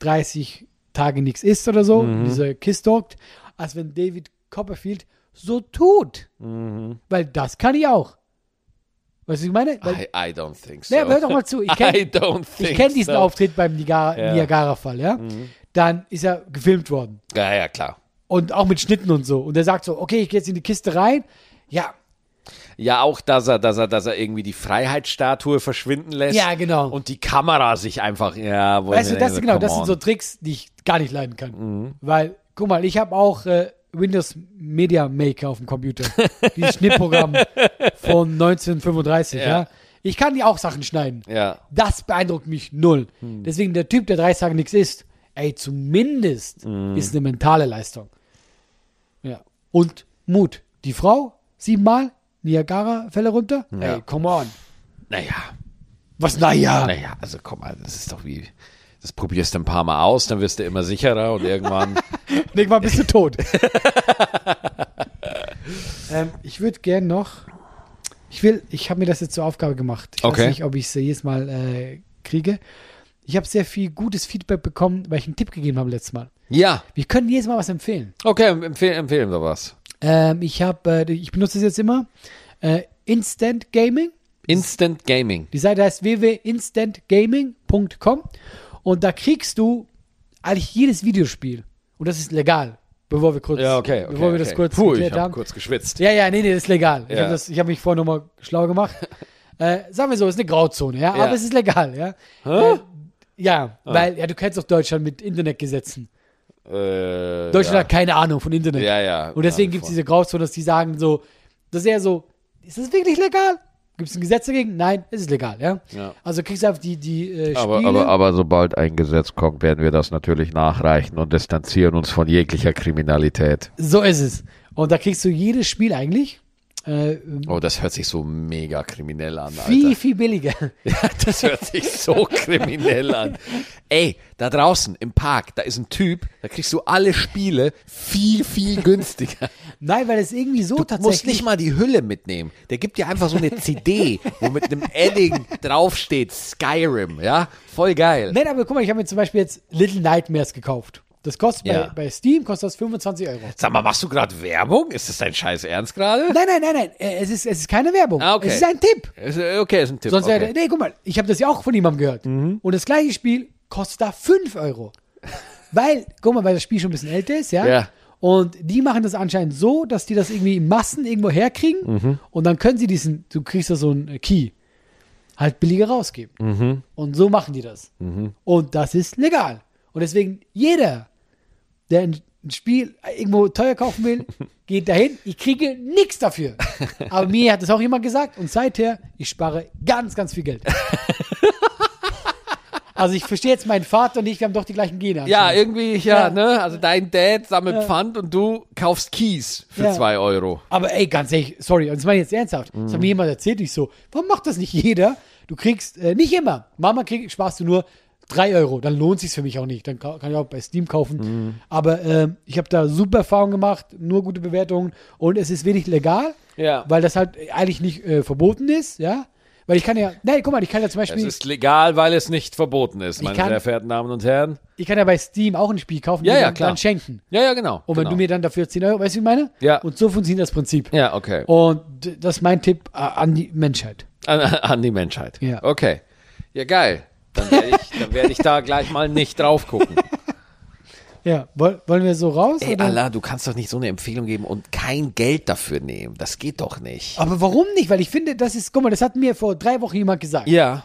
Speaker 1: 30 Tage nichts isst oder so,
Speaker 2: Mhm.
Speaker 1: in dieser Kiste hockt, als wenn David Copperfield so tut. Weil das kann ich auch. Weißt du, was ich meine? Weil,
Speaker 2: Mhm. I, I don't think so.
Speaker 1: Nee, aber hör doch mal zu. Ich
Speaker 2: I
Speaker 1: kenne
Speaker 2: don't think
Speaker 1: ich kenn diesen
Speaker 2: so.
Speaker 1: Auftritt beim Niagara-
Speaker 2: Ja. Mhm.
Speaker 1: Niagara-Fall, ja? Dann ist er gefilmt worden.
Speaker 2: Ja, ja, klar.
Speaker 1: Und auch mit Schnitten und so. Und er sagt so, okay, ich gehe jetzt in die Kiste rein. Ja,
Speaker 2: Ja, auch, dass er, dass er, dass er irgendwie die Freiheitsstatue verschwinden lässt.
Speaker 1: Ja, genau.
Speaker 2: Und die Kamera sich einfach, ja, wo
Speaker 1: Weißt du,
Speaker 2: ich mir
Speaker 1: das,
Speaker 2: denke,
Speaker 1: genau,
Speaker 2: come
Speaker 1: das sind so
Speaker 2: on. Mhm.
Speaker 1: Tricks, die ich gar nicht leiden kann. Weil, guck mal, ich habe auch äh, Windows Media Maker auf dem Computer. Dieses Schnittprogramm von 1935, ja.
Speaker 2: Ja.
Speaker 1: Ich kann die auch Sachen schneiden.
Speaker 2: Ja. Hm.
Speaker 1: Das beeindruckt mich null. Deswegen der Typ, der 30 Tage nichts isst, ey, zumindest
Speaker 2: Mhm.
Speaker 1: ist eine mentale Leistung. Ja. Und Mut. Die Frau, siebenmal, Niagara-Fälle runter. Ey, come on.
Speaker 2: Naja,
Speaker 1: Was, naja.
Speaker 2: naja, also komm mal, das ist doch wie, das probierst du ein paar Mal aus, dann wirst du immer sicherer und irgendwann,
Speaker 1: Nick, mal bist du tot. ähm, ich würde gern noch. Ich will, ich habe mir das jetzt zur Aufgabe gemacht. Ich
Speaker 2: Okay.
Speaker 1: weiß nicht, ob ich es jedes Mal äh, kriege. Ich habe sehr viel gutes Feedback bekommen, weil ich einen Tipp gegeben habe letztes Mal.
Speaker 2: ja,
Speaker 1: Wir können jedes Mal was empfehlen.
Speaker 2: okay, empfehlen, empfehlen wir was.
Speaker 1: Ähm, ich habe, äh, ich benutze es jetzt immer. Äh, Instant Gaming.
Speaker 2: Instant Gaming.
Speaker 1: Die Seite heißt www.instantgaming.com und da kriegst du eigentlich jedes Videospiel. Und das ist legal, bevor wir kurz,
Speaker 2: Ja, okay, okay.
Speaker 1: bevor wir
Speaker 2: okay.
Speaker 1: das kurz
Speaker 2: Puh, ich
Speaker 1: geklärt
Speaker 2: habe
Speaker 1: haben.
Speaker 2: kurz geschwitzt.
Speaker 1: Ja, ja, nee, nee, das ist legal. Ich
Speaker 2: Ja.
Speaker 1: habe das- Ich habe hab mich vorher nochmal schlau gemacht. äh, sagen wir so, ist eine Grauzone, ja,
Speaker 2: Ja. Ah.
Speaker 1: aber es ist legal, ja. Äh, ja, weil, ja, du kennst doch Deutschland mit Internetgesetzen.
Speaker 2: Äh,
Speaker 1: Deutschland
Speaker 2: ja.
Speaker 1: hat keine Ahnung von Internet.
Speaker 2: Ja, ja.
Speaker 1: Und deswegen
Speaker 2: Ja,
Speaker 1: gibt es
Speaker 2: voll.
Speaker 1: diese Grauzone, dass die sagen so, das ist eher so, ist das wirklich legal? Gibt es ein Gesetz dagegen? Nein, es ist legal, ja.
Speaker 2: Ja.
Speaker 1: Also kriegst du einfach die, die äh, Spiele.
Speaker 2: Aber, aber, aber sobald ein Gesetz kommt, werden wir das natürlich nachreichen und distanzieren uns von jeglicher Kriminalität.
Speaker 1: So ist es. Und da kriegst du jedes Spiel eigentlich äh,
Speaker 2: Oh, das hört sich so mega kriminell an,
Speaker 1: viel,
Speaker 2: Alter.
Speaker 1: viel billiger.
Speaker 2: Ja, das hört sich so kriminell an. Ey, da draußen im Park, da ist ein Typ, da kriegst du alle Spiele viel, viel günstiger.
Speaker 1: Nein, weil es irgendwie so
Speaker 2: Du
Speaker 1: tatsächlich.
Speaker 2: musst nicht mal die Hülle mitnehmen. Der gibt dir einfach so eine CD, wo mit einem Edding draufsteht Skyrim, ja? Voll geil.
Speaker 1: Nein, aber guck mal, ich habe mir zum Beispiel jetzt Little Nightmares gekauft. Das kostet
Speaker 2: Ja.
Speaker 1: bei, bei Steam kostet das 25 Euro.
Speaker 2: Sag mal, machst du gerade Werbung? Ist das dein scheiß Ernst gerade?
Speaker 1: Nein, nein, nein, nein. äh, Es ist, es ist keine Werbung.
Speaker 2: Ah, okay.
Speaker 1: Es ist ein Tipp.
Speaker 2: Ist- äh, Okay, ist ein Tipp.
Speaker 1: Sonst
Speaker 2: okay. Mhm.
Speaker 1: wäre. Nee, guck mal, ich habe das ja auch von jemandem gehört. Und das gleiche Spiel kostet da 5 Euro. weil, guck mal, weil das Spiel schon ein bisschen älter ist, ja?
Speaker 2: Ja.
Speaker 1: Und die machen das anscheinend so, dass die das irgendwie in Massen irgendwo herkriegen
Speaker 2: Mhm.
Speaker 1: und dann können sie diesen, du kriegst da so einen äh, Key, halt billiger rausgeben.
Speaker 2: Mhm.
Speaker 1: Und so machen die das. Und das ist legal. Und deswegen jeder, der ein ein Spiel irgendwo teuer kaufen will, geht dahin. Ich kriege nichts dafür. Aber mir hat das auch jemand gesagt und seither, ich spare ganz, ganz viel Geld. Also ich verstehe jetzt meinen Vater nicht, wir haben doch die gleichen Gene.
Speaker 2: Ja,
Speaker 1: anscheinend.
Speaker 2: irgendwie, ja,
Speaker 1: Ja.
Speaker 2: ne? Also dein Dad sammelt Pfand und du kaufst Kies für
Speaker 1: Ja.
Speaker 2: zwei Euro.
Speaker 1: Aber ey, ganz ehrlich, sorry, und das meine ich jetzt ernsthaft. Das hat
Speaker 2: Mhm.
Speaker 1: mir jemand erzählt, ich so, warum macht das nicht jeder? Du kriegst, äh, nicht immer, Mama krieg, sparst du nur 3 Euro, dann lohnt sich's für mich auch nicht, dann ka- kann ich auch bei Steam kaufen.
Speaker 2: Mhm.
Speaker 1: Aber ähm, ich habe da super Erfahrungen gemacht, nur gute Bewertungen und es ist wenig legal,
Speaker 2: Ja.
Speaker 1: weil das halt eigentlich nicht äh, verboten ist, ja. Weil ich kann ja, nein, guck mal, ich kann ja zum
Speaker 2: Es
Speaker 1: Beispiel,
Speaker 2: ist legal, weil es nicht verboten ist, meine
Speaker 1: kann-
Speaker 2: sehr verehrten Damen und Herren.
Speaker 1: ich kann ja bei Steam auch ein Spiel kaufen
Speaker 2: Ja,
Speaker 1: und
Speaker 2: ja,
Speaker 1: dann,
Speaker 2: klar.
Speaker 1: dann schenken.
Speaker 2: Ja, ja, genau.
Speaker 1: Und
Speaker 2: genau.
Speaker 1: wenn du mir dann dafür 10 Euro, weißt du, wie ich meine?
Speaker 2: Ja.
Speaker 1: Und so funktioniert das Prinzip.
Speaker 2: ja, okay.
Speaker 1: Und d- das ist mein Tipp äh, an die Menschheit.
Speaker 2: An, an die Menschheit.
Speaker 1: Ja.
Speaker 2: Okay. Ja, geil. Dann werde ich, dann werd ich da gleich mal nicht drauf gucken.
Speaker 1: Ja, woll- wollen wir so raus?
Speaker 2: Ey,
Speaker 1: oder?
Speaker 2: Allah, du kannst doch nicht so eine Empfehlung geben und kein Geld dafür nehmen. Das geht doch nicht.
Speaker 1: Aber warum nicht? Weil ich finde, das ist, guck mal, das hat mir vor drei Wochen jemand gesagt.
Speaker 2: Ja.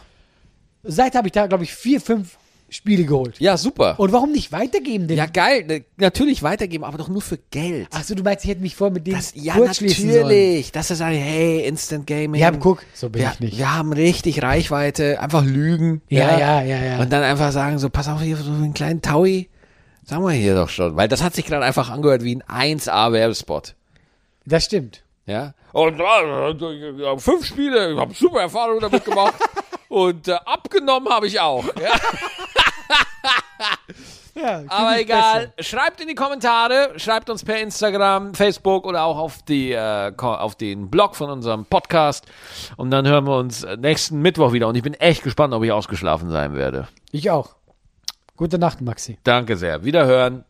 Speaker 1: Seit habe ich da, glaube ich, vier, fünf Spiele geholt.
Speaker 2: Ja, super.
Speaker 1: Und warum nicht weitergeben denn?
Speaker 2: ja, geil. Ne- Natürlich weitergeben, aber doch nur für Geld.
Speaker 1: Achso, du meinst, ich hätte mich vorher mit denen
Speaker 2: Das, ja,
Speaker 1: kurzschließen sollen.
Speaker 2: natürlich. Das ist ein, hey, Instant Gaming.
Speaker 1: Ja, guck, so bin
Speaker 2: wir,
Speaker 1: ich nicht.
Speaker 2: Wir haben richtig Reichweite. Einfach lügen.
Speaker 1: Ja, ja, ja, ja.
Speaker 2: Und dann einfach sagen, so, pass auf hier, so einen kleinen Taui. Sagen wir hier doch schon. Weil das hat sich gerade einfach angehört wie ein 1A-Werbespot.
Speaker 1: Das stimmt.
Speaker 2: Ja. Und äh, fünf Spiele, ich habe super Erfahrungen damit gemacht. Und äh, abgenommen habe ich auch. Ja,
Speaker 1: Ja,
Speaker 2: aber egal. Schreibt in die Kommentare, schreibt uns per Instagram, Facebook oder auch auf, die, äh, Ko- auf den Blog von unserem Podcast. Und dann hören wir uns äh, nächsten Mittwoch wieder. Und ich bin echt gespannt, ob ich ausgeschlafen sein werde.
Speaker 1: Ich auch. Gute Nacht, Maxi.
Speaker 2: Danke sehr. Wiederhören.